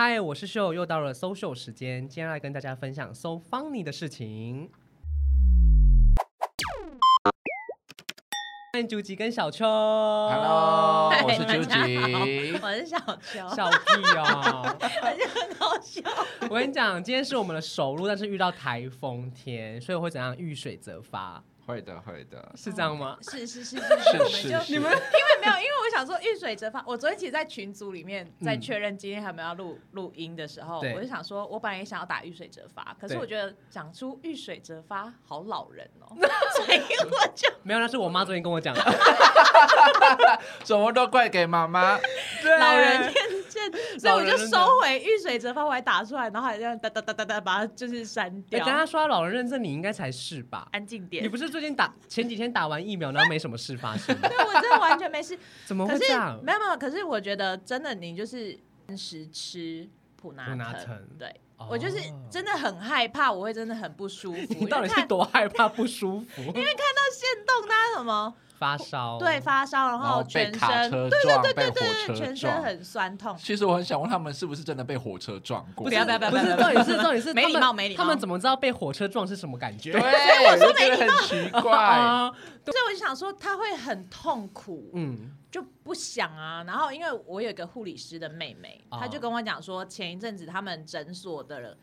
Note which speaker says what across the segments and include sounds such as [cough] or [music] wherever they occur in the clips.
Speaker 1: 嗨，我是秀，又到了搜秀时间，今天来跟大家分享搜 funny 的事情。欢迎竹吉跟小秋
Speaker 2: Hello，
Speaker 3: 嗨
Speaker 2: 我是
Speaker 3: 大
Speaker 2: 朱
Speaker 3: 家好
Speaker 2: 吉。
Speaker 3: 我是小乔，
Speaker 1: 小屁哦！
Speaker 3: 好像很好笑。
Speaker 1: 我跟你讲，今天是我们的首录，但是遇到台风天，所以会怎样？遇水则发，
Speaker 2: 会的，会的。
Speaker 1: 是这样吗？
Speaker 3: 是是是是是，我们
Speaker 2: 是
Speaker 3: 就是因
Speaker 2: 们
Speaker 3: 为没有，因为我想说遇水则发。我昨天其实，在群组里面在确认今天还没有要录录音的时候，
Speaker 1: 嗯对
Speaker 3: 我就想说，我本来也想要打遇水则发，可是
Speaker 1: 对
Speaker 3: 我觉得讲出遇水则发好老人
Speaker 1: [laughs]
Speaker 3: 哦，所以我就
Speaker 1: 没有，那是我妈昨天跟我讲的。
Speaker 2: 什么都怪给妈妈。
Speaker 3: 老人偏见，所以
Speaker 1: 老
Speaker 3: 我
Speaker 1: 人
Speaker 3: 就
Speaker 1: 真的
Speaker 3: 收回遇水则发，我还打出来，然后还这样哒哒哒哒哒把它就是删
Speaker 1: 哎，
Speaker 3: 掉
Speaker 1: 跟。他说老人认证，你应该才是吧？
Speaker 3: 安静点
Speaker 1: 你，不是最近打前几天打完疫苗，然后没什么事发生吗？
Speaker 3: [laughs] 对我真的完全没事。
Speaker 1: 怎么
Speaker 3: 可
Speaker 1: 会
Speaker 3: 是
Speaker 1: 这样？
Speaker 3: 没有没有，可是我觉得真的，你就是按时吃普拿
Speaker 1: 普拿
Speaker 3: 疼
Speaker 1: 疼
Speaker 3: 对、
Speaker 1: 哦
Speaker 3: 我就是真的很害怕，我会真的很不舒服。
Speaker 1: 你 [laughs] 到底
Speaker 3: 因为
Speaker 1: 是
Speaker 3: 看
Speaker 1: 多害怕不舒服？
Speaker 3: 电动他什么
Speaker 1: 发烧，
Speaker 3: 对发烧，然
Speaker 2: 然后
Speaker 3: 后
Speaker 2: 被
Speaker 3: 全
Speaker 2: 卡
Speaker 3: 身
Speaker 2: 车
Speaker 3: 对对
Speaker 2: 撞
Speaker 3: 对
Speaker 2: 被
Speaker 3: 对
Speaker 2: 火
Speaker 3: 对
Speaker 2: 车
Speaker 3: 对，全身
Speaker 2: 撞
Speaker 3: 很酸痛。
Speaker 2: 其实我很想问他们，是不是真的被火车撞过？
Speaker 1: 不
Speaker 3: 要不要不要
Speaker 1: 不
Speaker 3: 不
Speaker 1: 是
Speaker 3: 要
Speaker 1: 重点是重点是
Speaker 3: 没礼
Speaker 1: 他们
Speaker 3: 貌没礼貌
Speaker 1: 他们怎么知道被火车撞是什么感觉？ [laughs]
Speaker 2: 对，我就觉得很奇怪。
Speaker 1: 啊，
Speaker 3: 所以我就想说，他会很痛苦，
Speaker 1: 嗯，
Speaker 3: 就不想啊。然后因为我有一个护理师的妹妹，
Speaker 1: 哦
Speaker 3: 她就跟我讲说，前一阵子他们诊所的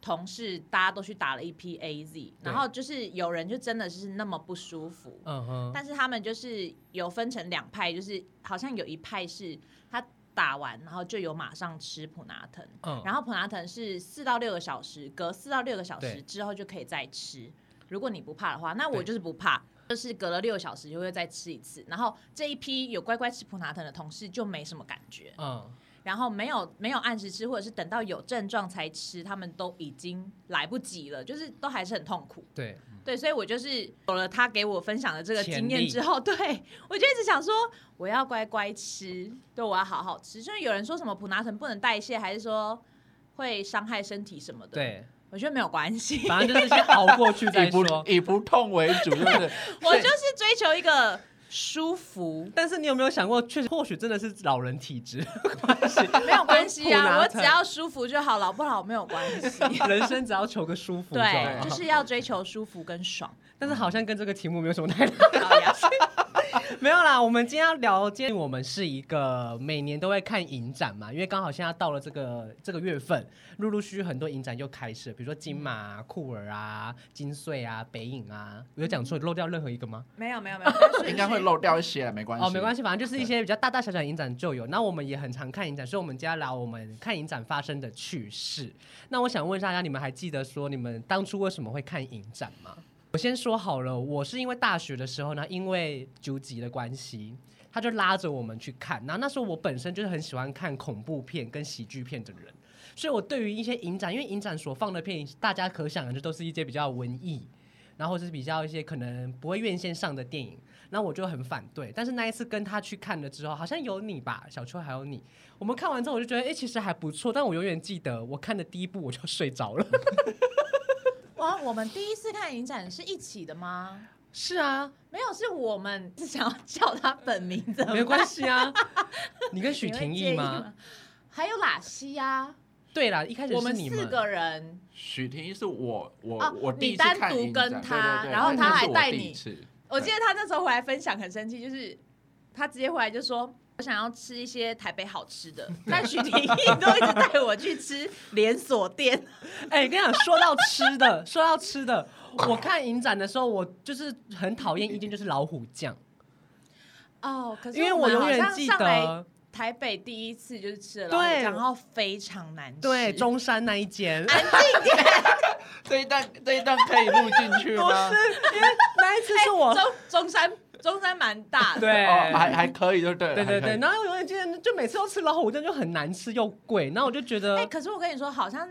Speaker 3: 同事大家都去打了一批 AZ，然后就是有人就真的是那么不舒服，
Speaker 1: 嗯哼，
Speaker 3: 但是他们就是有分成两派，就是好像有一派是他打完然后就有马上吃普拿疼。
Speaker 1: 嗯，
Speaker 3: 然后普拿疼是四到六个小时，隔四到六个小
Speaker 1: 对
Speaker 3: 时之后就可以再吃。如果你不怕的话，那
Speaker 1: 对
Speaker 3: 我就是不怕，就是隔了六个小时就会再吃一次。然后这一批有乖乖吃普拿疼的同事就没什么感觉，
Speaker 1: 嗯，
Speaker 3: 然后没有没有按时吃，或者是等到有症状才吃，他们都已经来不及了，就是都还是很痛苦。
Speaker 1: 对，
Speaker 3: 对，所以我就是有了他给我分享的这个
Speaker 1: 潜
Speaker 3: 经验
Speaker 1: 力
Speaker 3: 之后，对我就一直想说，我要乖乖吃，对我要好好吃。就是有人说什么普拿疼不能代谢，还是说会伤害身体什么的，
Speaker 1: 对，
Speaker 3: 我觉得没有关系。
Speaker 1: [laughs] 反正就是先熬过去哦 [laughs] 再
Speaker 2: 以不
Speaker 1: 说。
Speaker 2: 以不痛为主，就是
Speaker 3: 我就是追求一个舒服，
Speaker 1: 但是你有没有想过，确实或许真的是老人体
Speaker 3: [laughs]
Speaker 1: 质，
Speaker 3: 没有关
Speaker 1: [laughs]
Speaker 3: 系
Speaker 1: 普拿
Speaker 3: 啊，我只
Speaker 1: 疼
Speaker 3: 要舒服就好，老不好没有关
Speaker 1: [laughs]
Speaker 3: 系。
Speaker 1: 人生只要求个舒服就
Speaker 3: 对，
Speaker 1: 好
Speaker 3: 就。是要追求舒服跟爽。
Speaker 1: 但是好像跟这个题目没有什么太大
Speaker 3: 好呀
Speaker 1: 没有啦，我们今天要聊，今天我们是一个每年都会看影展嘛，因为刚好现在到了这个这个月份，陆陆续续很多影展就开始了，比如说金马、啊、酷儿啊、金穗啊、北影啊，我有讲错漏掉任何一个吗？
Speaker 3: [laughs] 没有没 [laughs] 有没有，
Speaker 2: 应该会漏掉一些，没关系。
Speaker 1: 哦，没关系，反正就是一些比较大大小小的影展就有。那我们也很常看影展，所以我们今天聊我们看影展发生的趣事。那我想问大家，你们还记得说你们当初为什么会看影展吗？我先说好了，我是因为大学的时候呢，因为九级的关系，他就拉着我们去看。然后那时候我本身就是很喜欢看恐怖片跟喜剧片的人，所以我对于一些影展，因为影展所放的片，大家可想而知都是一些比较文艺，然后是比较一些可能不会院线上的电影。然后我就很反对，但是那一次跟他去看了之后，好像有你吧，小秋还有你，我们看完之后我就觉得，哎、其实还不错。但我永远记得，我看的第一部我就睡着了。 [laughs]
Speaker 3: 哇，我们第一次看影展是一起的吗？
Speaker 1: 是啊，
Speaker 3: 没有，是我们是想要叫他本名怎么办
Speaker 1: 没关系 [laughs] 啊。你跟许廷
Speaker 3: 你会介
Speaker 1: 义
Speaker 3: 意
Speaker 1: 吗？？
Speaker 3: 还有哪西啊？
Speaker 1: 对啦，一开始
Speaker 3: 我
Speaker 1: 是
Speaker 3: 们
Speaker 1: 你
Speaker 3: 四个人，
Speaker 2: 许婷是我我、
Speaker 3: 哦
Speaker 2: 我第一
Speaker 3: 你
Speaker 2: 次
Speaker 3: 单
Speaker 2: 看
Speaker 3: 独
Speaker 2: 影展
Speaker 3: 跟
Speaker 2: 对
Speaker 3: 他
Speaker 2: 对对
Speaker 3: 然后
Speaker 2: 那
Speaker 3: 他
Speaker 2: 是
Speaker 3: 还
Speaker 2: 我
Speaker 3: 带
Speaker 2: 第一
Speaker 3: 你
Speaker 2: 次
Speaker 3: 我记得他那时候回来分享很生气，就是他直接回来就说。我想要吃一些台北好吃 [laughs] 的，但许廷义都一直带我去吃连锁店。
Speaker 1: 哎、跟你讲，说到吃的，说到吃的，我看影展的时候，我就是很讨厌一件就是老虎酱，
Speaker 3: [laughs] 哦，可
Speaker 1: 因为我永远记得
Speaker 3: 台北第一次就是吃了
Speaker 1: 对
Speaker 3: 老虎酱，然后非常难吃。
Speaker 1: 对中山那一间。
Speaker 3: [laughs]
Speaker 2: 这一段这一段可以录进去
Speaker 1: 不
Speaker 2: 吗？
Speaker 1: 是，因为那一次是我、
Speaker 3: 中中山中山蛮大的，
Speaker 1: 对
Speaker 2: 哦，还还可以，就 [laughs] 对了
Speaker 1: 对对对，
Speaker 2: 还可以
Speaker 1: 然后我永远记得，就每次都吃老虎酱就很难吃又贵，然后我就觉得，
Speaker 3: 哎、可是我跟你说，好像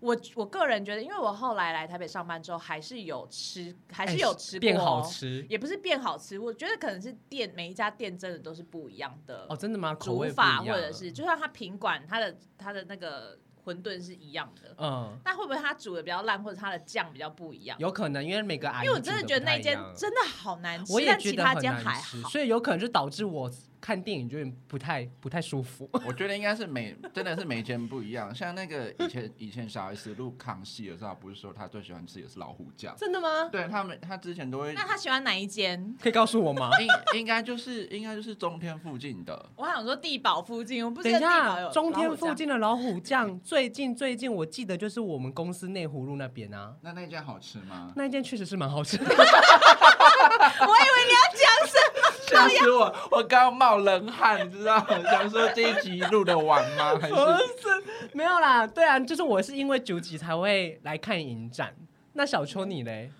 Speaker 3: 我我个人觉得，因为我后来来台北上班之后，还是有吃，还是有吃
Speaker 1: 哎
Speaker 3: 过、
Speaker 1: 变好，吃
Speaker 3: 也不是变好吃。我觉得可能是店每一家店真的都是不一样的
Speaker 1: 哦，真的吗？口
Speaker 3: 煮
Speaker 1: 味不
Speaker 3: 法，
Speaker 1: 一样
Speaker 3: 或者是就像它品管它的它的那个馄饨是一样的，
Speaker 1: 嗯，
Speaker 3: 但会不会它煮的比较烂，或者它的酱比较不一样？
Speaker 1: 有可能因为每个阿姨
Speaker 3: 因为我真的
Speaker 1: 煮
Speaker 3: 觉得
Speaker 1: 不太
Speaker 3: 那间
Speaker 1: 一样
Speaker 3: 真的好难吃，
Speaker 1: 我也
Speaker 3: 但
Speaker 1: 觉
Speaker 3: 其
Speaker 1: 得
Speaker 3: 他
Speaker 1: 很
Speaker 3: 间
Speaker 1: 难
Speaker 3: 还
Speaker 1: 吃，
Speaker 3: 好。
Speaker 1: 所以有可能就导致我看电影就有点不太不太舒
Speaker 3: [laughs]
Speaker 1: 服。
Speaker 2: 我觉得应该是每真的是每天不一样，像那个以前以前小 S 录康熙的时候，不是说她最喜欢吃也是老虎酱，
Speaker 1: 真的吗？
Speaker 2: 对他们他之前都会
Speaker 3: 那他喜欢哪一间？ [laughs]
Speaker 1: 可以告诉我吗？
Speaker 2: 应应该就是应该就是中天附近的，
Speaker 3: 我想说地堡附近，我不知
Speaker 1: 等
Speaker 3: 道
Speaker 1: 一
Speaker 3: 地堡
Speaker 1: 下，
Speaker 3: 有
Speaker 1: 中天
Speaker 3: 老
Speaker 1: 附
Speaker 3: 虎
Speaker 1: 近的老虎酱，最近最近我记得就是我们公司内湖路那边啊，
Speaker 2: 那那家好吃吗？
Speaker 1: 那一间确实是蛮好吃的。
Speaker 3: 酱。我以为你要讲什么？
Speaker 2: 吓死我！我刚刚冒冷汗，你知道吗？想说这一集录的完吗？还是
Speaker 1: [laughs] 没有啦，对啊，就是我是因为九集才会来看影展。那小秋你嘞？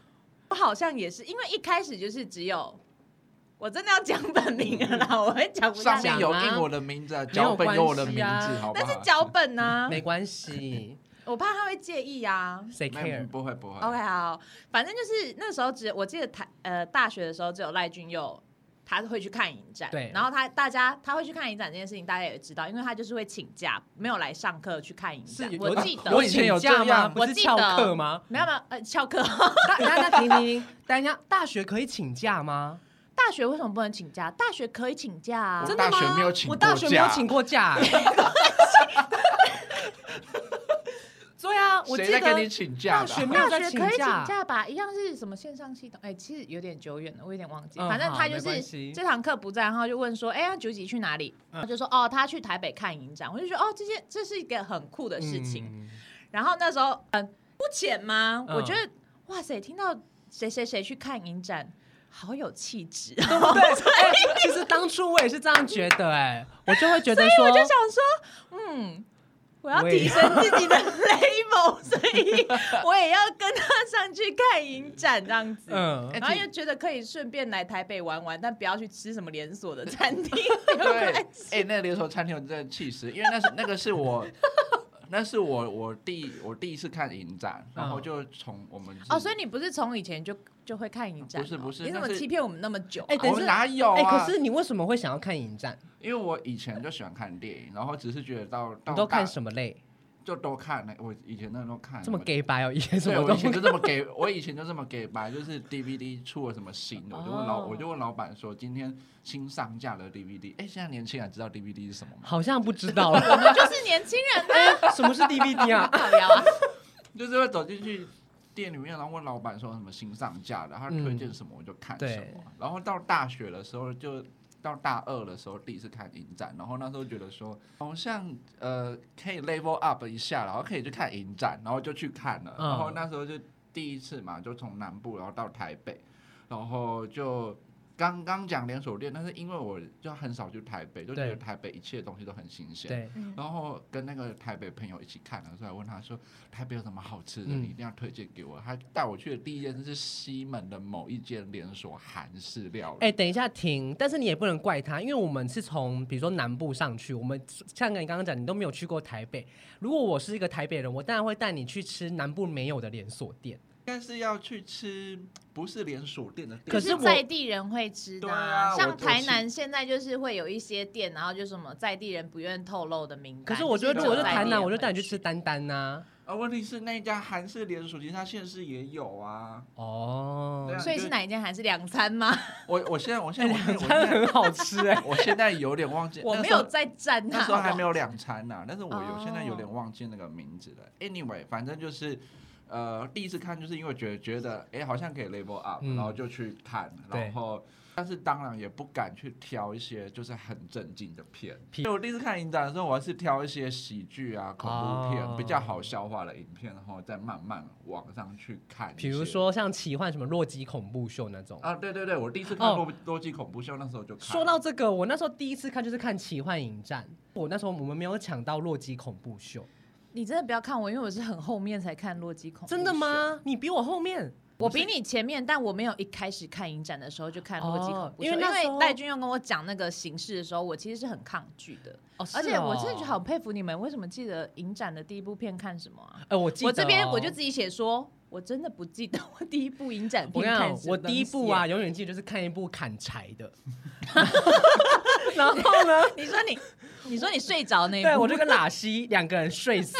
Speaker 3: 我好像也是，因为一开始就是只有。我真的要讲本名了啦，我会讲不下
Speaker 2: 上
Speaker 3: 去
Speaker 2: 面。有印我的名字啊，脚本有我的名字，好不好？
Speaker 3: 但是脚本呢、
Speaker 1: 没关
Speaker 3: [laughs]
Speaker 1: 系，
Speaker 3: 我怕他会介意啊。
Speaker 1: 谁
Speaker 2: 没有
Speaker 1: care？
Speaker 2: 不会不会。
Speaker 3: OK，好，反正就是那时候只我记得台呃大学的时候只有赖俊佑。他会去看影展，
Speaker 1: 对
Speaker 3: 然后他大家他会去看影展这件事情，大家也知道，因为他就是会请假，没有来上课去看影展。我记得，
Speaker 2: 我
Speaker 1: 我
Speaker 2: 以前有这
Speaker 1: 假吗？
Speaker 2: 样
Speaker 1: 不
Speaker 3: 我
Speaker 1: 是
Speaker 3: 记
Speaker 1: 翘
Speaker 3: 得
Speaker 1: 课吗？
Speaker 3: 没有没有呃翘课， [laughs]
Speaker 1: 大大家停停停，等一下， [laughs] 大学可以请假吗？
Speaker 3: 大学为什么不能请假？大学可以请假啊，
Speaker 2: 我
Speaker 1: 真
Speaker 2: 大
Speaker 1: 的吗？
Speaker 2: 学没有请
Speaker 1: 我
Speaker 2: 过
Speaker 1: 大学没有
Speaker 2: 假
Speaker 1: 请过
Speaker 3: [laughs]
Speaker 1: 假。对啊，我
Speaker 2: 谁
Speaker 1: 记
Speaker 2: 在跟你
Speaker 1: 得
Speaker 2: 请假
Speaker 1: 大学
Speaker 2: 的？啊
Speaker 1: 没有
Speaker 3: 大
Speaker 1: 在
Speaker 3: 学
Speaker 1: 请
Speaker 3: 可以
Speaker 1: 假
Speaker 3: 请假吧？一样是什么线上系统？哎、其实有点久远了，我有点忘记。
Speaker 1: 嗯
Speaker 3: 反正
Speaker 1: 好
Speaker 3: 他就
Speaker 1: 没关
Speaker 3: 是
Speaker 1: 系
Speaker 3: 这堂课不在，然后就问说：“哎、呀，九几去哪里？”
Speaker 1: 嗯
Speaker 3: 他就说：“哦，他去台北看影展。”我就觉得哦，这件这是一个很酷的事情。
Speaker 1: 嗯
Speaker 3: 然后那时候嗯，不浅吗？
Speaker 1: 嗯
Speaker 3: 我觉得哇塞，听到谁谁谁去看影展，好有气质。啊
Speaker 1: [laughs] 对
Speaker 2: 嗯
Speaker 1: 不对？哎其实当初我也是这样觉得，哎，我就会觉得说，
Speaker 3: 我就想说，嗯，我要
Speaker 1: 我也
Speaker 3: 提升自己的 [laughs] level，所以我也要跟他上去看影展这样子。
Speaker 1: 嗯
Speaker 2: 哎
Speaker 3: 然后
Speaker 2: 这
Speaker 3: 又觉得可以顺便来台北玩玩，但不要去吃什么连锁的餐厅。
Speaker 2: 对，哎、那个连锁餐厅我真的气死，因为那是那个是我。那是我我第我第一次看影展，然
Speaker 1: 嗯
Speaker 2: 后就从我们
Speaker 3: 哦，所以你不是从以前就就会看影展哦？
Speaker 2: 不是不是
Speaker 3: 你怎么
Speaker 2: 那是
Speaker 3: 欺骗我们那么久啊？
Speaker 1: 哎等
Speaker 2: 我
Speaker 1: 一下
Speaker 2: 哪有
Speaker 1: 哎，
Speaker 2: 啊？
Speaker 1: 可是你为什么会想要看影展？
Speaker 2: 因为我以前就喜欢看电影，然后只是觉得到到
Speaker 1: 你都看
Speaker 2: 大
Speaker 1: 什么类？
Speaker 2: 就都看那我以前那都看
Speaker 1: 这么
Speaker 2: 我
Speaker 1: gay 白哦，以前什
Speaker 2: 对，
Speaker 1: 么
Speaker 2: 我
Speaker 1: 都
Speaker 2: 以前就这么给，我以前就这么给吧，就是 DVD 出了什么新的，我就问老，
Speaker 3: 哦
Speaker 2: 我就问老板说，今天新上架的 DVD，哎，现在年轻人知道 DVD 是什么吗？
Speaker 1: 好像不知道
Speaker 2: [laughs]
Speaker 1: 了。
Speaker 3: 我们就是年轻人啊，
Speaker 1: 什么是 DVD 啊？
Speaker 3: 好聊啊。
Speaker 2: 就是会走进去店里面，然后问老板说什么新上架的，他
Speaker 1: 嗯
Speaker 2: 推荐什么我就看什
Speaker 1: 对
Speaker 2: 么。然后到大学的时候就。到大二的时候，第一次看影展，然后那时候觉得说，好像呃可以 level up 一下，然后可以去看影展，然后就去看了。
Speaker 1: 嗯
Speaker 2: 然后那时候就第一次嘛，就从南部然后到台北，然后就刚刚讲连锁店，但是因为我就很少去台北，就觉得
Speaker 1: 对
Speaker 2: 台北一切东西都很新鲜。
Speaker 1: 对，
Speaker 2: 然后跟那个台北朋友一起看的时候，还问他说台北有什么好吃的，
Speaker 1: 嗯
Speaker 2: 你一定要推荐给我。他带我去的第一间是西门的某一间连锁韩式料理。
Speaker 1: 哎、等一下停，但是你也不能怪他，因为我们是从比如说南部上去，我们像你刚刚讲，你都没有去过台北。如果我是一个台北人，我当然会带你去吃南部没有的连锁店。
Speaker 2: 但是要去吃不是连锁店的店，
Speaker 1: 可是
Speaker 3: 就
Speaker 1: 我
Speaker 3: 在地人会吃的、
Speaker 2: 对啊我
Speaker 3: 像
Speaker 2: 我
Speaker 3: 台南现在就是会有一些店，然后就什么在地人不愿透露的名
Speaker 2: 嗯
Speaker 3: 单。
Speaker 1: 可是我觉得，
Speaker 2: 是
Speaker 1: 如
Speaker 2: 只有
Speaker 1: 果是台南，我就带
Speaker 3: 带
Speaker 1: 你去吃。丹丹啊呐、
Speaker 2: 而哦问题是那家韩式连锁，其实它县市也有啊。
Speaker 1: 哦
Speaker 2: 对，啊
Speaker 3: 所以是哪一间？还是两餐吗？
Speaker 2: 我我现在我现在我现
Speaker 1: [laughs]
Speaker 2: 在
Speaker 1: 它很好吃
Speaker 2: [laughs]
Speaker 1: 哎、
Speaker 2: 我现在有点忘记，
Speaker 3: 我
Speaker 2: 那
Speaker 3: 没
Speaker 2: 时候
Speaker 3: 有在站啊
Speaker 2: 那时候还没
Speaker 3: 有。
Speaker 2: 有两餐呐、但是我有现在有点
Speaker 3: 哦
Speaker 2: 忘记那个名字了。Anyway，反正就是。呃，第一次看就是因为觉得觉得，哎、好像可以 level up，、
Speaker 1: 嗯
Speaker 2: 然后就去看，
Speaker 1: 对
Speaker 2: 然后但是当然也不敢去挑一些就是很正经的片。
Speaker 1: 譬
Speaker 2: 因为我第一次看影展的时候，我还是挑一些喜剧啊、恐怖片、
Speaker 1: 哦
Speaker 2: 比较好消化的影片，然后再慢慢往上去看一些。
Speaker 1: 比如说像奇幻什么洛基恐怖秀那种。
Speaker 2: 啊，对对对，我第一次看
Speaker 1: 哦
Speaker 2: 洛洛基恐怖秀那时候就看了。
Speaker 1: 说到这啊个，我那时候第一次看就是看奇幻影战，我那时候我们没有抢到洛基恐怖秀，
Speaker 3: 你真的不要看我，因为我是很后面才看《洛基恐怖秀
Speaker 1: 真的？吗？你比我后面。
Speaker 3: 我比你前面，但我没有一开始看影展的时候就看《洛基恐怖
Speaker 1: 哦因
Speaker 3: 秀
Speaker 1: 为那时候
Speaker 3: 因为戴军又跟我讲那个形式的时候，我其实是很抗拒的。
Speaker 1: 哦
Speaker 3: 而且我真的
Speaker 1: 是
Speaker 3: 觉
Speaker 1: 哦
Speaker 3: 得好佩服你们，为什么记得影展的第一部片看什么啊？
Speaker 1: 呃，我记得、
Speaker 3: 我这边我就自己写说，我真的不记得我第一部影展
Speaker 1: 我
Speaker 3: 片
Speaker 1: 跟你
Speaker 3: 看
Speaker 1: 讲
Speaker 3: 什，么
Speaker 1: 我
Speaker 3: 东
Speaker 1: 第一
Speaker 3: 西
Speaker 1: 部啊，。永远记得就是看一部砍柴
Speaker 3: [laughs]
Speaker 1: 的。然后呢？
Speaker 3: 啊你说你，你说你睡着那一部，
Speaker 1: 对，我就跟拉西两个人睡死，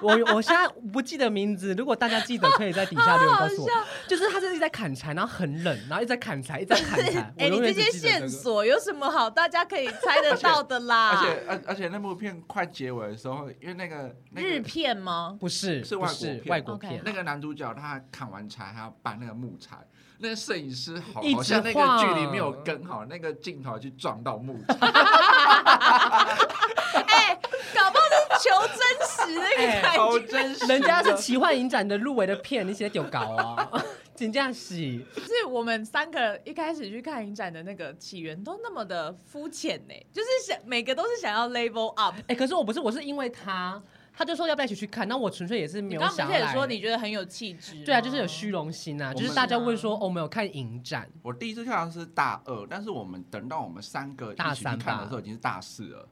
Speaker 1: 我我现在不记得名字，如果大家记得，可以在底下留言告诉我。就是他就是一直在砍柴，然后很冷，然后一直在砍柴，一直
Speaker 3: [laughs]
Speaker 1: 在砍柴。我
Speaker 3: 哎，你
Speaker 1: 永
Speaker 3: 这
Speaker 1: 远只
Speaker 3: 些
Speaker 1: 记得这
Speaker 3: 线
Speaker 1: 个。
Speaker 3: 索有什么好大家可以猜
Speaker 1: [laughs]
Speaker 3: 得到的
Speaker 2: 而
Speaker 3: 啦？
Speaker 2: 且而而且那部片快结尾的时候，因为那个那
Speaker 3: 日
Speaker 2: 个
Speaker 3: 片吗？ [laughs]
Speaker 1: 不是
Speaker 2: 是
Speaker 1: 不
Speaker 2: 外国
Speaker 1: 是
Speaker 2: 片
Speaker 1: 外国
Speaker 3: OK
Speaker 1: 片，
Speaker 2: 那个男主角他砍完柴还要搬那个木材，那个摄影师好
Speaker 1: 一直
Speaker 2: 好像那
Speaker 1: 晃
Speaker 2: 个距离没有跟好，那个镜头去撞到木材，
Speaker 3: 哎，搞不好是求真实那个
Speaker 2: [laughs]
Speaker 3: 感
Speaker 2: 好
Speaker 3: 觉。
Speaker 2: 真实。
Speaker 1: 哎人家是奇幻影展的入围的片，你写丢稿
Speaker 3: [laughs]
Speaker 1: 啊，请假洗。
Speaker 3: 就是我们三个一开始去看影展的那个起源都那么的肤浅呢，就是想每个都是想要 level up。
Speaker 1: 哎、可是我不是，我是因为他，他就说要不要一起去看，那我纯粹也是没
Speaker 3: 你
Speaker 1: 有
Speaker 3: 刚刚
Speaker 1: 想
Speaker 3: 不
Speaker 1: 要
Speaker 3: 是也
Speaker 1: 来
Speaker 3: 说你觉得很有气质？
Speaker 1: 对啊，就是有虚。荣心啊，
Speaker 2: 我
Speaker 1: 就
Speaker 2: 们
Speaker 1: 是大家问说、哦，我们有看影展，
Speaker 2: 我第一次看到是大二，但是我们等到我们三个一
Speaker 1: 大
Speaker 2: 起去
Speaker 1: 三吧
Speaker 2: 看的时候已经是大四了。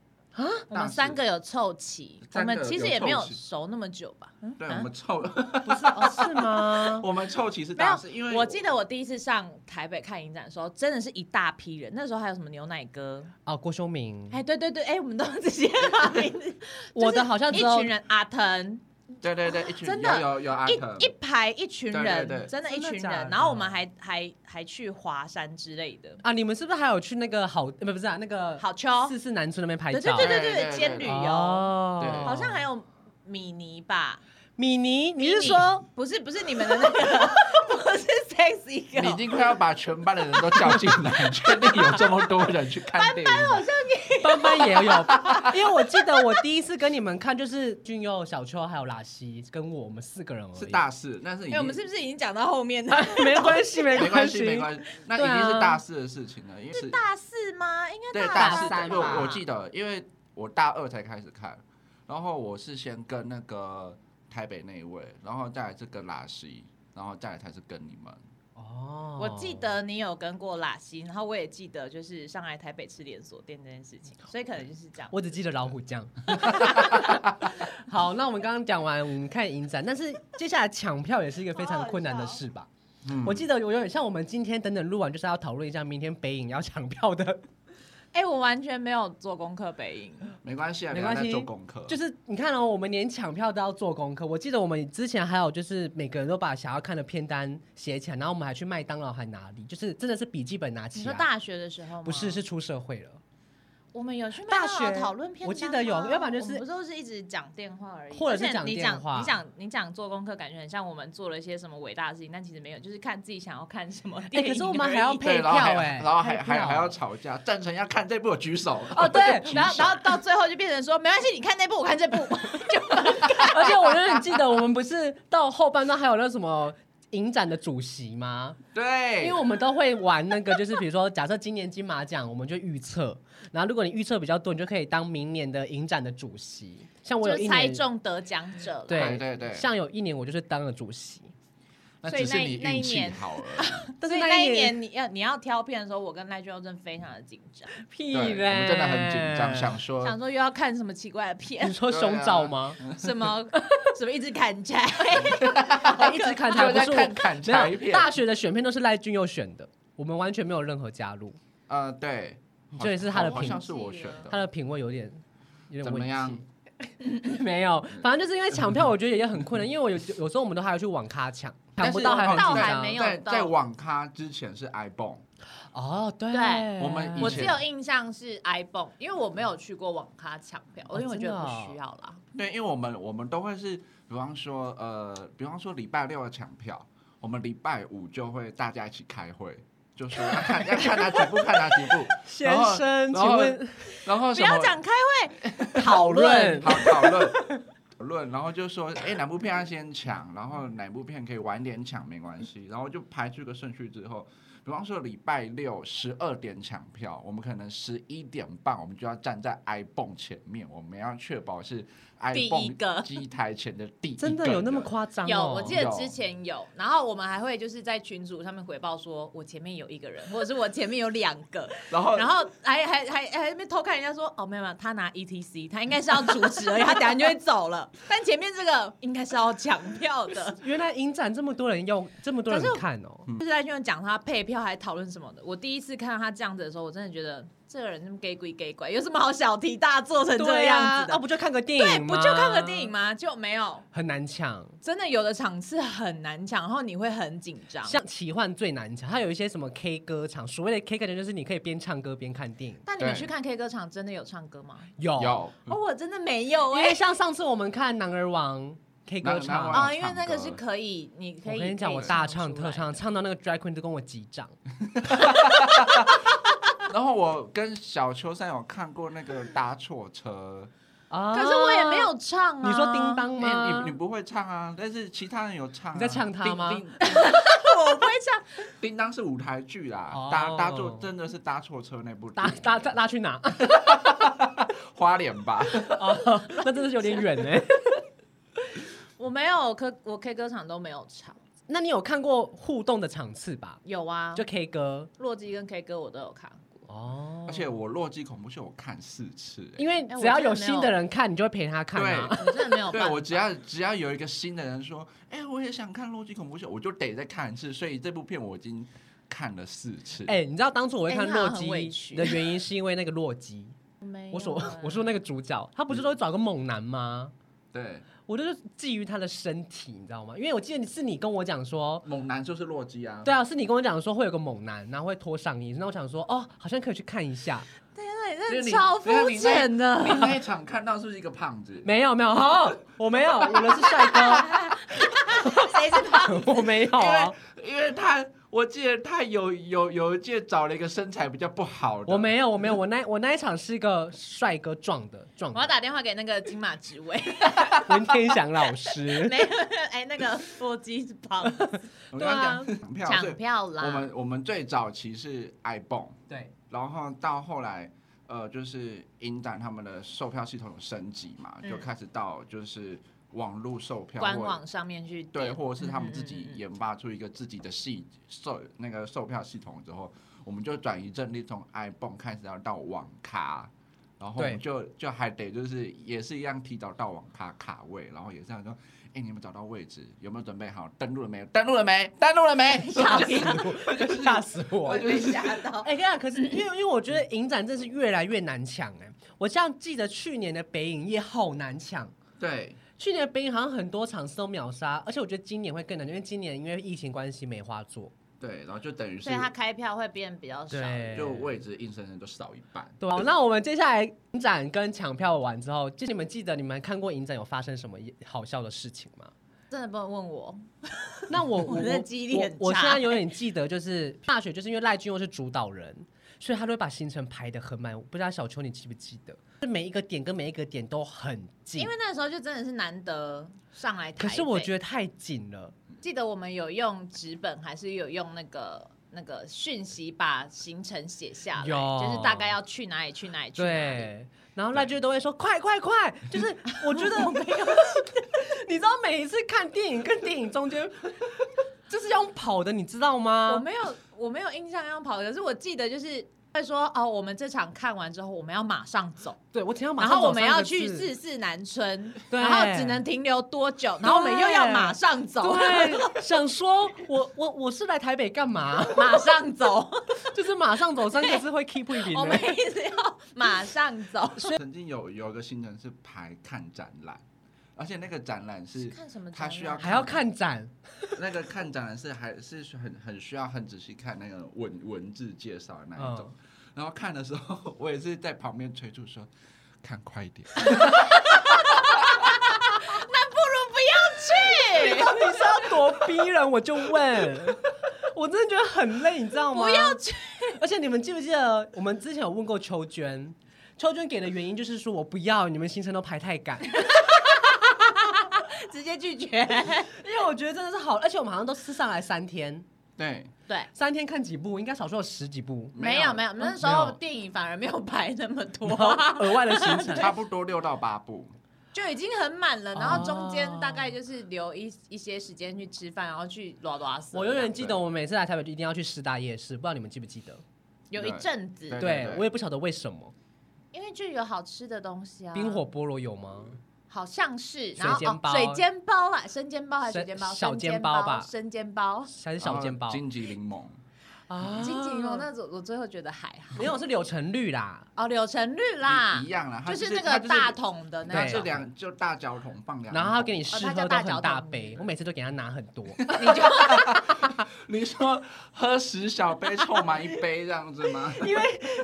Speaker 3: 我们三个有凑齐，我
Speaker 2: 三个
Speaker 3: 们其实也没有
Speaker 2: 有凑齐
Speaker 3: 熟那么久吧？嗯
Speaker 2: 对，
Speaker 3: 啊
Speaker 2: 我们凑，
Speaker 1: 不
Speaker 3: [laughs]
Speaker 1: 是、哦、是 [laughs] 吗？
Speaker 2: 我们凑齐是
Speaker 3: 没有
Speaker 2: 大四，因为
Speaker 3: 我记得我第一次上台北看影展的时候，真的是一大批人。那时候还有什么牛奶哥？
Speaker 1: 哦，郭修明，
Speaker 3: 哎，对对对，哎，我们都
Speaker 1: [laughs]
Speaker 3: 直接把名字，
Speaker 1: 我的好像
Speaker 3: 一
Speaker 1: 只有
Speaker 3: 群人，阿腾，
Speaker 2: 对对对，一群
Speaker 3: 真的
Speaker 2: 有有有阿腾
Speaker 3: 一一排一群
Speaker 2: 对
Speaker 3: 人
Speaker 2: 对，对
Speaker 3: 真的，一
Speaker 1: 真
Speaker 3: 群
Speaker 1: 的假
Speaker 3: 人。
Speaker 1: 的
Speaker 3: 然后我们还还还去华山之类的，
Speaker 1: 啊，你们是不是还有去那个好？呃，不是啊，那个
Speaker 3: 好秋，
Speaker 1: 四四南村那边拍
Speaker 3: 对
Speaker 1: 照？
Speaker 3: 对对对
Speaker 2: 对对
Speaker 3: 对，
Speaker 2: 对
Speaker 3: 兼旅游，
Speaker 1: 哦，
Speaker 2: 对
Speaker 3: 好像还有米妮吧？
Speaker 1: 米妮，你
Speaker 3: 米
Speaker 1: 是
Speaker 3: 妮
Speaker 1: 说？
Speaker 3: [laughs] 不是不是你们的那个， [laughs] 不是 sexy
Speaker 2: 你已
Speaker 3: girl。
Speaker 2: 经快要把全班的人都叫进来，确定有这么多人去看电影吗。
Speaker 1: 班班也有，因为我记得我第一次跟你们看就是俊佑、小秋还有拉西跟我，我们四个人而已。
Speaker 2: 是大四，但是已
Speaker 3: 哎、
Speaker 2: 经
Speaker 3: 我们是不是已经讲到后面呢？
Speaker 1: [laughs] 没关
Speaker 2: [laughs]
Speaker 1: 系，没
Speaker 2: 没
Speaker 1: 关
Speaker 2: 关系，没
Speaker 1: 系。
Speaker 2: 关系，那
Speaker 1: 对啊
Speaker 2: 已经是大四的事情了，因为是
Speaker 3: 大四吗？应该
Speaker 2: 对
Speaker 1: 大
Speaker 2: 四
Speaker 1: 三
Speaker 2: 的，
Speaker 3: 三
Speaker 2: 因为
Speaker 3: 吧。
Speaker 2: 我我记得，因为我大二才开始看，然后我是先跟那个台北那一位，然后再来是跟拉西，然后再来才是跟你们。
Speaker 1: 哦
Speaker 3: 我记得你有跟过拉西，然后我也记得就是上来台北吃连锁店这件事情，所以可能就是这样。
Speaker 1: 我只记得老虎酱。 [laughs] 好，那我们刚刚讲完我们看影展，但是接下来抢票也是一个非常困难的事吧？
Speaker 2: 嗯
Speaker 1: 我记得有有点像我们今天等等录完，就是要讨论一下明天北影要抢票的，
Speaker 3: 哎、我完全没有做功课北影，
Speaker 2: 没关系啊，
Speaker 1: 没关系
Speaker 2: 你还在做功课。
Speaker 1: 就是你看哦，我们连抢票都要做功课。我记得我们之前还有就是每个人都把想要看的片单写起来，然后我们还去麦当劳还哪里，就是真的是笔记本拿起
Speaker 3: 你
Speaker 1: 来。
Speaker 3: 说
Speaker 2: 啊
Speaker 3: 大学的时候吗？
Speaker 1: 不是，是出社会了，
Speaker 3: 我们有去麦
Speaker 1: 大
Speaker 3: 当劳
Speaker 1: 学
Speaker 3: 讨论片
Speaker 1: 我
Speaker 3: 单
Speaker 1: 记得有
Speaker 3: 吗
Speaker 1: 要不然就是
Speaker 3: 啊我们不都是一直讲电话而已，
Speaker 1: 或者是
Speaker 3: 而且
Speaker 1: 讲
Speaker 3: 你
Speaker 1: 电话
Speaker 3: 你讲你讲做功课，感觉很像我们做了一些什么伟大的事情，但其实没有，就是看自己想要看什么电影而已。
Speaker 1: 哎可是我们还要配
Speaker 2: 对，然后还
Speaker 1: 票欸
Speaker 2: 然后还
Speaker 1: 配票
Speaker 2: 还还要吵架，赞成要看这部我举手。
Speaker 1: [laughs]
Speaker 3: 哦，对
Speaker 2: 举，手
Speaker 3: 然后然后到最后就变成说，没关系，你看那部，我看这部，就
Speaker 1: [laughs] 而且我就是记得我们不是到后半段还有那什么影展的主席吗？因
Speaker 2: [laughs] 对
Speaker 1: 为，我们都会玩那个，就是比如说，假设今年金马奖，我们就预测，然后如果你预测比较多，你就可以当明年的影展的主席。像 [laughs] 我有
Speaker 3: 就
Speaker 1: 一
Speaker 3: 猜
Speaker 1: 年，
Speaker 3: 中得奖者了。
Speaker 1: 对
Speaker 2: 对对对
Speaker 1: 像有一年我就是当了主席，
Speaker 2: 那
Speaker 3: 所以
Speaker 2: 只是
Speaker 3: 那
Speaker 2: 你
Speaker 3: 那一
Speaker 2: 运气
Speaker 3: 年
Speaker 2: 好而已。
Speaker 1: 但
Speaker 3: 所
Speaker 1: 是
Speaker 3: 以
Speaker 1: 那
Speaker 3: 那一
Speaker 1: 年
Speaker 3: 年你要你要挑片的时候，我跟赖俊佑真的非常的紧张，
Speaker 1: 屁 [laughs]
Speaker 2: 对，我
Speaker 1: 嘞，
Speaker 2: 们真的很紧
Speaker 1: 哎
Speaker 2: 张，想
Speaker 1: 嗯
Speaker 2: 说
Speaker 3: 想说又要看什么奇怪的
Speaker 1: 你 [laughs]
Speaker 3: 片，
Speaker 1: 说胸罩吗？
Speaker 3: 什么什么一直
Speaker 1: [laughs]
Speaker 3: 砍柴，
Speaker 1: 我哎一直看他
Speaker 2: 就
Speaker 1: 不
Speaker 2: 在
Speaker 1: 是
Speaker 2: 看
Speaker 1: 我
Speaker 2: 砍
Speaker 1: 没
Speaker 2: 柴
Speaker 1: 有
Speaker 2: 片。
Speaker 1: 大学的选片都是赖俊佑选的，我们完全没有任何加入，
Speaker 2: 呃，对，好
Speaker 1: 这也是他的
Speaker 2: 好
Speaker 1: 品
Speaker 2: 像是我选的。
Speaker 1: 他的品味有点有点
Speaker 2: 怎么
Speaker 1: 问题
Speaker 2: 样？
Speaker 1: [laughs] 没有，反正就是因为抢票，我觉得也很困难，因为我有有时候我们都还要去网咖抢，抢不到还很
Speaker 3: 但
Speaker 1: 紧
Speaker 3: 是
Speaker 1: 张。
Speaker 3: 还没有
Speaker 2: 在
Speaker 3: 到
Speaker 2: 在网咖之前是 iPhone，
Speaker 1: 哦，对，
Speaker 3: 对
Speaker 2: 我们以前
Speaker 3: 我只有印象是 iPhone，因为我没有去过网咖抢票，
Speaker 1: 哦
Speaker 3: 因为我觉
Speaker 1: 真
Speaker 3: 得
Speaker 1: 的哦
Speaker 3: 不需要啦。
Speaker 2: 对，因为我们我们都会是，比方说呃，比方说礼拜六要抢票，我们礼拜五就会大家一起开会，就说要看要看哪几部，看哪几部，
Speaker 1: 先生，
Speaker 2: 然
Speaker 1: 请
Speaker 2: 后 [laughs]
Speaker 1: 问
Speaker 2: 然后
Speaker 3: 不
Speaker 2: 什
Speaker 3: 要
Speaker 2: 么
Speaker 3: 讲开
Speaker 1: 讨论
Speaker 2: 好 [laughs] 讨论讨论，然后就说哎哪部片要先抢，然后哪部片可以晚点抢没关系，然后就排出个顺序之后。比方说礼拜六十二点抢票，我们可能十一点半我们就要站在 iPhone 前面，我们要确保是
Speaker 3: 第一
Speaker 2: iPhone
Speaker 3: 个
Speaker 2: 机台前的第一个
Speaker 1: 真的有那么
Speaker 2: 人
Speaker 1: 夸张哦？
Speaker 3: 有，我记得
Speaker 2: 有
Speaker 3: 之前有，然后我们还会就是在群组上面回报说，我前面有一个人，或者是我前面有两
Speaker 2: [laughs]
Speaker 3: 个，
Speaker 2: 然
Speaker 1: 哎
Speaker 2: 后
Speaker 3: 然后还还还还在那边偷看人家说，哦没有没有，他拿 ETC，他应该是要阻止而已，他等下就会走了， [laughs] 但前面这个应该是要抢票的。
Speaker 1: 原来影展这么多人用，这么多人
Speaker 3: 可是
Speaker 1: 看哦。
Speaker 3: 就是在就讲他配票票还讨论什么的。我第一次看到他这样子的时候，我真的觉得这个人那么 gay 鬼 gay 怪，有什么好小题大做成这
Speaker 1: 对呀
Speaker 3: 样，子的？
Speaker 1: 啊，不就看个电
Speaker 3: 对，
Speaker 1: 影吗？
Speaker 3: 不就看个电影吗？就没有，
Speaker 1: 很难抢，
Speaker 3: 真的有的场次很难抢，然后你会很紧张。
Speaker 1: 像奇幻最难抢，它有一些什么 K 歌场，所谓的 K 歌场就是你可以边唱歌边看电影。
Speaker 3: 但你们
Speaker 2: 对
Speaker 3: 去看 K 歌场真的有唱歌吗？
Speaker 1: 有，
Speaker 2: 有
Speaker 3: 哦，我真的没有
Speaker 1: 嗯因
Speaker 3: 哎、
Speaker 1: 为像上次我们看《男儿王》K 歌
Speaker 2: 男儿
Speaker 1: 场
Speaker 2: 王，
Speaker 3: 啊，因为那个是可以，你可以。
Speaker 1: 我跟你讲，
Speaker 3: 可
Speaker 1: 我
Speaker 3: 以
Speaker 1: 大
Speaker 3: 唱
Speaker 1: 唱
Speaker 3: 出来
Speaker 1: 特唱，唱到那个 drag queen 都跟我击掌。
Speaker 2: 然后我跟小秋山有看过那个搭错车，
Speaker 1: 啊
Speaker 3: 可是我也没。有唱啊。
Speaker 1: 你说叮，当
Speaker 2: 你
Speaker 1: 吗？[laughs]
Speaker 2: 哎你你不会唱啊，但是其他人有唱、啊。
Speaker 1: 你在呛他吗
Speaker 2: 叮？叮
Speaker 3: [laughs] 我不会唱。
Speaker 2: 叮当是舞台剧啦，
Speaker 1: 哦
Speaker 2: 搭搭错真的是搭错车那部剧
Speaker 1: 搭搭搭搭去
Speaker 3: [laughs]
Speaker 1: 哪？
Speaker 2: 花脸吧，
Speaker 1: 哦，那真的是有点远欸呢。
Speaker 3: 我没有，可我 K 歌场都没有唱。
Speaker 1: 那你有看过互动的场次吧？
Speaker 3: 有啊，
Speaker 1: 就 K 歌
Speaker 3: 洛基跟 K 歌我都有看过。
Speaker 1: 哦，
Speaker 2: 而且我洛基恐怖秀我看四次、欸
Speaker 1: 因为
Speaker 3: 哎我
Speaker 1: 只要
Speaker 3: 真的
Speaker 1: 有
Speaker 3: 没
Speaker 1: 新
Speaker 3: 有
Speaker 1: 的人看，你就会陪他看啊。
Speaker 3: 我真的没有
Speaker 2: [laughs]
Speaker 3: 办
Speaker 2: 对
Speaker 3: 法。
Speaker 2: 我只要只要有一个新的人说，哎、我也想看《洛基恐怖秀》，我就得再看一次。所以这部片我已经看了四次。
Speaker 1: 哎、你知道当初我会
Speaker 3: 哎
Speaker 1: 看
Speaker 3: 你好
Speaker 1: 洛
Speaker 3: 像很委
Speaker 1: 基
Speaker 3: 屈
Speaker 1: 的原因，是因为那个洛基，
Speaker 3: 我 [laughs] 没有
Speaker 1: 我所
Speaker 3: 欸
Speaker 1: 我说那个主角，他不是都会找个猛男吗？
Speaker 2: 对，
Speaker 1: 我就是觊觎他的身体，你知道吗？因为我记得是你跟我讲说，
Speaker 2: 猛男就是洛基啊。
Speaker 1: 对啊，是你跟我讲说会有个猛男，然后会脱上衣，那我想说，哦，好像可以去看一下。
Speaker 3: 天哪，你
Speaker 2: 就
Speaker 3: 真
Speaker 2: 是你
Speaker 3: 的超
Speaker 1: 啊
Speaker 3: 肤浅
Speaker 2: 你
Speaker 3: 的。
Speaker 2: 那一场看到是不是一个胖子？
Speaker 1: 没有没有，好，我没有，我的是帅哥， [laughs]
Speaker 3: 谁是胖？
Speaker 1: 我没有
Speaker 2: 因
Speaker 1: 啊，
Speaker 2: 为因为他，我记得他有有有一届找了一个身材比较不好的，
Speaker 1: 我没有我没有，我那我那一场是一个帅哥撞的撞
Speaker 3: 我要
Speaker 1: 的，
Speaker 3: 打电话给那个金马职位，
Speaker 1: 文天祥老师。
Speaker 3: 没有，哎，那个洛基是胖，
Speaker 2: 我刚刚
Speaker 1: 啊
Speaker 2: 讲抢票，所以
Speaker 3: 抢票啦。
Speaker 2: 我们我们最早期是 iBon，
Speaker 1: [laughs] 对，
Speaker 2: 然后到后来，呃，就是影展他们的售票系统有升级嘛，
Speaker 3: 嗯
Speaker 2: 就开始到就是网络售票
Speaker 3: 官
Speaker 2: 或
Speaker 3: 网上面去
Speaker 2: 对，
Speaker 3: 点
Speaker 2: 或者是他们
Speaker 3: 嗯
Speaker 2: 自己研发出一个自己的系售那个售票系统之后，我们就转移阵地，从 iPhone 开始要到网咖，然后我
Speaker 1: 对
Speaker 2: 们就就还得就是也是一样提早到网咖卡位，然后也是想说，哎、你们找到位置有没有准备好？登录了没有？登录了没？登录了没？ [laughs]
Speaker 3: 吓死
Speaker 1: 吓死我！
Speaker 2: 我就是
Speaker 3: 吓到。
Speaker 1: 哎、呀，可是因为因为我觉得影展真是越来越难抢哎、我像记得去年的北影也好难抢，
Speaker 2: 对，
Speaker 1: 去年的北影好像很多场次都秒杀，而且我觉得今年会更难，因为今年因为疫情关系梅花座，
Speaker 2: 对，然后就等于是
Speaker 3: 所以它开票会变比较少。
Speaker 1: 对，
Speaker 2: 就位置硬生生就少一半。
Speaker 1: 对好，那我们接下来影展跟抢票完之后，就你们记得你们看过影展有发生什么好笑的事情吗？
Speaker 3: 真的不能问我，
Speaker 1: [laughs] 那我
Speaker 3: 我真的记忆力很
Speaker 1: 我我
Speaker 3: 差
Speaker 1: 现在有点记得，就是大学就是因为赖俊佑是主导人，所以他都会把行程排得很满。我不知道小秋你记不记得，是每一个点跟每一个点都很近，
Speaker 3: 因为那时候就真的是难得上来台
Speaker 1: 可
Speaker 3: 北。
Speaker 1: 是我觉得太紧了。
Speaker 3: 记得我们有用纸本，还是有用那个那个讯息把行程写下来，
Speaker 1: 有
Speaker 3: 就是大概要去哪里去哪里去哪里。
Speaker 1: 对，然后赖俊佑都会说快快快，就是
Speaker 3: [laughs]
Speaker 1: 我觉得我没有， [laughs] 你知道每一次看电影跟电影中间。就是要用跑的，你知道吗？
Speaker 3: 我没有我没有印象要跑，可是我记得就是会说哦，我们这场看完之后我们要马上走，
Speaker 1: 对我听到马
Speaker 3: 然
Speaker 1: 上
Speaker 3: 后我
Speaker 1: 走
Speaker 3: 们
Speaker 1: 三
Speaker 3: 要
Speaker 1: 个
Speaker 3: 去
Speaker 1: 字
Speaker 3: 四四南村，
Speaker 1: 对
Speaker 3: 然后只能停留多久，然后我们又要马上走，
Speaker 1: 对，想说我我我是来台北干嘛？ [laughs]
Speaker 3: 马上走，
Speaker 1: 就是马上走三个字会 keep 一
Speaker 3: [laughs] 我
Speaker 1: 点
Speaker 3: 们
Speaker 1: 的。
Speaker 3: 一直要马上走。
Speaker 2: 曾经有有一个行程是排看展览，而且那个展览是
Speaker 3: 看什么展览？
Speaker 2: 他
Speaker 3: 啊
Speaker 2: 需要
Speaker 1: 还要看展，
Speaker 2: 那个看展览是还是很很需要很仔细看那个文文字介绍的那一种。
Speaker 1: 嗯
Speaker 2: [laughs] 然后看的时候， [laughs] 我也是在旁边催促说：“看快一点，
Speaker 1: [laughs]
Speaker 3: 不如不要去，
Speaker 1: 到底是要多逼人？我就问， [laughs] 我真的觉得很累，你知道吗？
Speaker 3: 不要去。
Speaker 1: 而且你们记不记得我们之前有问过秋娟？秋娟给的原因就是说我不要，你们行程都排太
Speaker 3: [laughs]
Speaker 1: 赶，
Speaker 3: 直接拒绝。
Speaker 1: 因为我觉得真的是好，而且我们好像都是上来三天，
Speaker 2: 对，
Speaker 3: 对，
Speaker 1: 三天看几部，应该少说有十几部，
Speaker 3: 没有没有，那时
Speaker 1: 没
Speaker 3: 候
Speaker 1: 有
Speaker 3: 电影反而没有排
Speaker 1: [laughs]
Speaker 3: 那么多
Speaker 1: 然，后额外的
Speaker 3: [laughs]
Speaker 1: 行程，
Speaker 2: 差不多六到八步。
Speaker 3: 就已经很满了。然后中间
Speaker 1: 哦
Speaker 3: 大概就是留一一些时间去吃饭，然后去拉拉丝。
Speaker 1: 我永远记得，我每次来台北就一定要去师大夜市，不知道你们记不记得？
Speaker 3: 有一阵子，
Speaker 2: 对
Speaker 1: 对我也不晓得为什么。
Speaker 3: 因为就有好吃的东西啊，
Speaker 1: 冰火菠萝有吗？
Speaker 3: 好像是，然后
Speaker 1: 水煎包
Speaker 3: 哦、水煎包啦，生煎包还是
Speaker 1: 生
Speaker 3: 水煎包？
Speaker 1: 小
Speaker 3: 生
Speaker 1: 煎
Speaker 3: 煎
Speaker 1: 包吧
Speaker 3: 生煎包。
Speaker 1: 啊还是小煎包？
Speaker 2: 荆棘柠檬，
Speaker 1: 啊
Speaker 3: 金锦荣那种我最后觉得还好
Speaker 1: 没有是柳橙绿啦，
Speaker 3: 哦，柳橙绿啦
Speaker 2: 一一，样啦，它
Speaker 3: 就是那
Speaker 2: 它
Speaker 3: 个大桶的
Speaker 2: 它
Speaker 3: 那
Speaker 2: 是
Speaker 3: 种，
Speaker 2: 两就大脚桶放两桶，
Speaker 1: 啊然后他给你试
Speaker 3: 哦它
Speaker 1: 喝
Speaker 3: 叫
Speaker 1: 都
Speaker 3: 大脚
Speaker 1: 很大
Speaker 3: 桶
Speaker 1: 杯，我每次都给他拿很
Speaker 3: [laughs]
Speaker 1: 多，
Speaker 2: 你说喝十小杯凑满一杯这样子吗？
Speaker 1: 因为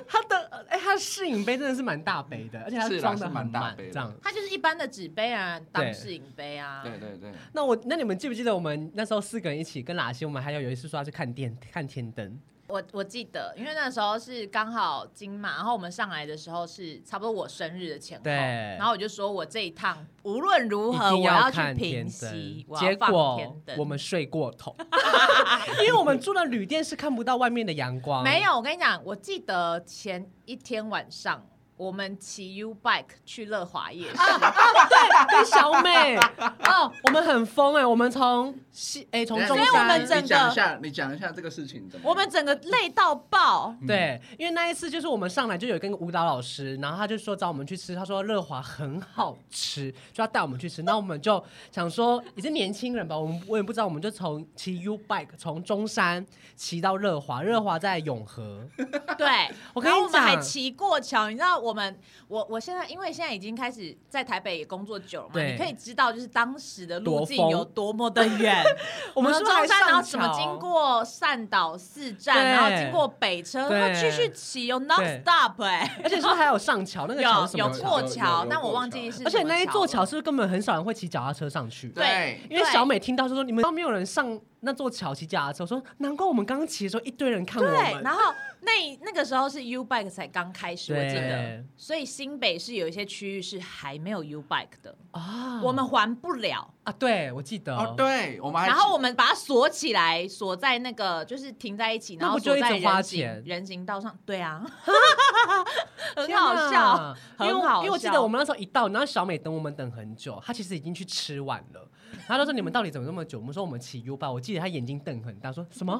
Speaker 1: 他的哎、他的试饮杯真的是蛮大杯的，而且他
Speaker 2: 是啦
Speaker 1: 装
Speaker 2: 是
Speaker 1: 的
Speaker 2: 蛮
Speaker 1: 很
Speaker 2: 大
Speaker 1: 满
Speaker 2: 杯的
Speaker 1: 这样。
Speaker 3: 它就是一般的纸杯啊，当
Speaker 1: 对
Speaker 3: 式饮杯啊，
Speaker 2: 对对对，
Speaker 1: 那我那你们记不记得我们那时候四个人一起跟哪些？我们还有有一次说要去看电看天灯，
Speaker 3: 我我记得，因为那时候是刚好金马，然后我们上来的时候是差不多我生日的前后，
Speaker 1: 对
Speaker 3: 然后我就说我这一趟无论如
Speaker 1: 一
Speaker 3: 何
Speaker 1: 定
Speaker 3: 我要去
Speaker 1: 看天
Speaker 3: 平
Speaker 1: 灯
Speaker 3: 息，我。
Speaker 1: 结
Speaker 3: 要
Speaker 1: [laughs]
Speaker 3: 放天
Speaker 1: 果
Speaker 3: 灯。
Speaker 1: 我们睡过头，因为我们住的旅店是看不到外面的阳光，
Speaker 3: 没有，我跟你讲，我记得前一天晚上我们骑 U bike 去乐华夜市，
Speaker 1: 跟哎小美哦，我们很疯哎、我们从西哎从中
Speaker 3: 所以我
Speaker 1: 山
Speaker 3: 们整个
Speaker 2: 你讲一下，你讲一下这个事情怎么样？
Speaker 3: 我们整个累到爆。
Speaker 1: 对，因为那一次就是我们上来就有跟舞蹈老师，然后他就说找我们去吃，他说乐华很好吃，就要带我们去吃。那我们就想说也是年轻人吧，我们我也不知道，我们就从骑 U bike 从中山骑到乐华，乐华在永和，
Speaker 3: [laughs] 对，
Speaker 1: 我跟
Speaker 3: 然
Speaker 1: 你
Speaker 3: 后我们还
Speaker 1: 讲
Speaker 3: 骑过桥，你知道我们，我我现在因为现在已经开始在台北也工作久了嘛，
Speaker 1: 对
Speaker 3: 你可以知道就是当时的
Speaker 1: 多
Speaker 3: 路径
Speaker 1: 疯
Speaker 3: 有多么的远。
Speaker 1: [laughs] 我们
Speaker 3: 从
Speaker 1: 是不是
Speaker 3: 中
Speaker 1: 还
Speaker 3: 山，
Speaker 1: 上
Speaker 3: 然后什么
Speaker 1: 桥
Speaker 3: 经过善导四站，
Speaker 1: 对
Speaker 3: 然后经过北车，
Speaker 1: 对
Speaker 3: 然后继续骑哦
Speaker 1: 对
Speaker 3: ，non stop 哎，
Speaker 1: 而且是不是还有上桥那个桥
Speaker 3: 有
Speaker 1: 是什么
Speaker 2: 有
Speaker 1: 桥？
Speaker 3: 过桥
Speaker 2: 有，
Speaker 3: 但
Speaker 2: 过
Speaker 3: 我忘
Speaker 2: 桥
Speaker 3: 记是
Speaker 1: 而且
Speaker 3: 什么
Speaker 1: 那一座
Speaker 3: 桥
Speaker 1: 桥
Speaker 3: 了。
Speaker 1: 是不是根本很少人会骑脚踏车上去？
Speaker 2: 对
Speaker 3: 对
Speaker 1: 因为小美听到就说你们都没有人上那座桥骑脚踏车，我说难怪我们刚刚骑的时候一堆人看我
Speaker 3: 对，
Speaker 1: 们。
Speaker 3: 然后那那个时候是 U Bike 才刚开始，我记得，
Speaker 1: 对
Speaker 3: 所以新北是有一些区域是还没有 U Bike 的，
Speaker 1: 啊，
Speaker 3: 我们还不了。
Speaker 1: 啊，对我记得
Speaker 2: 哦，对，我们还
Speaker 3: 然后我们把它锁起来，锁在那个就是停在一起，然
Speaker 1: 那
Speaker 3: 后
Speaker 1: 不就
Speaker 3: 锁
Speaker 1: 一直
Speaker 3: 在
Speaker 1: 花
Speaker 3: 人
Speaker 1: 钱
Speaker 3: 行人行道上。对
Speaker 1: [laughs]
Speaker 3: 啊，很
Speaker 1: 天
Speaker 3: 好
Speaker 1: 哪
Speaker 3: 笑，
Speaker 1: 因为
Speaker 3: 很好
Speaker 1: 因为我记得
Speaker 3: 笑
Speaker 1: 我们那时候一到，然后小美等我们等很久，她其实已经去吃完了。然后她说：“你们到底怎么那么久？”我们说：“我们骑 U 吧。”我记得她眼睛瞪很大，说什么？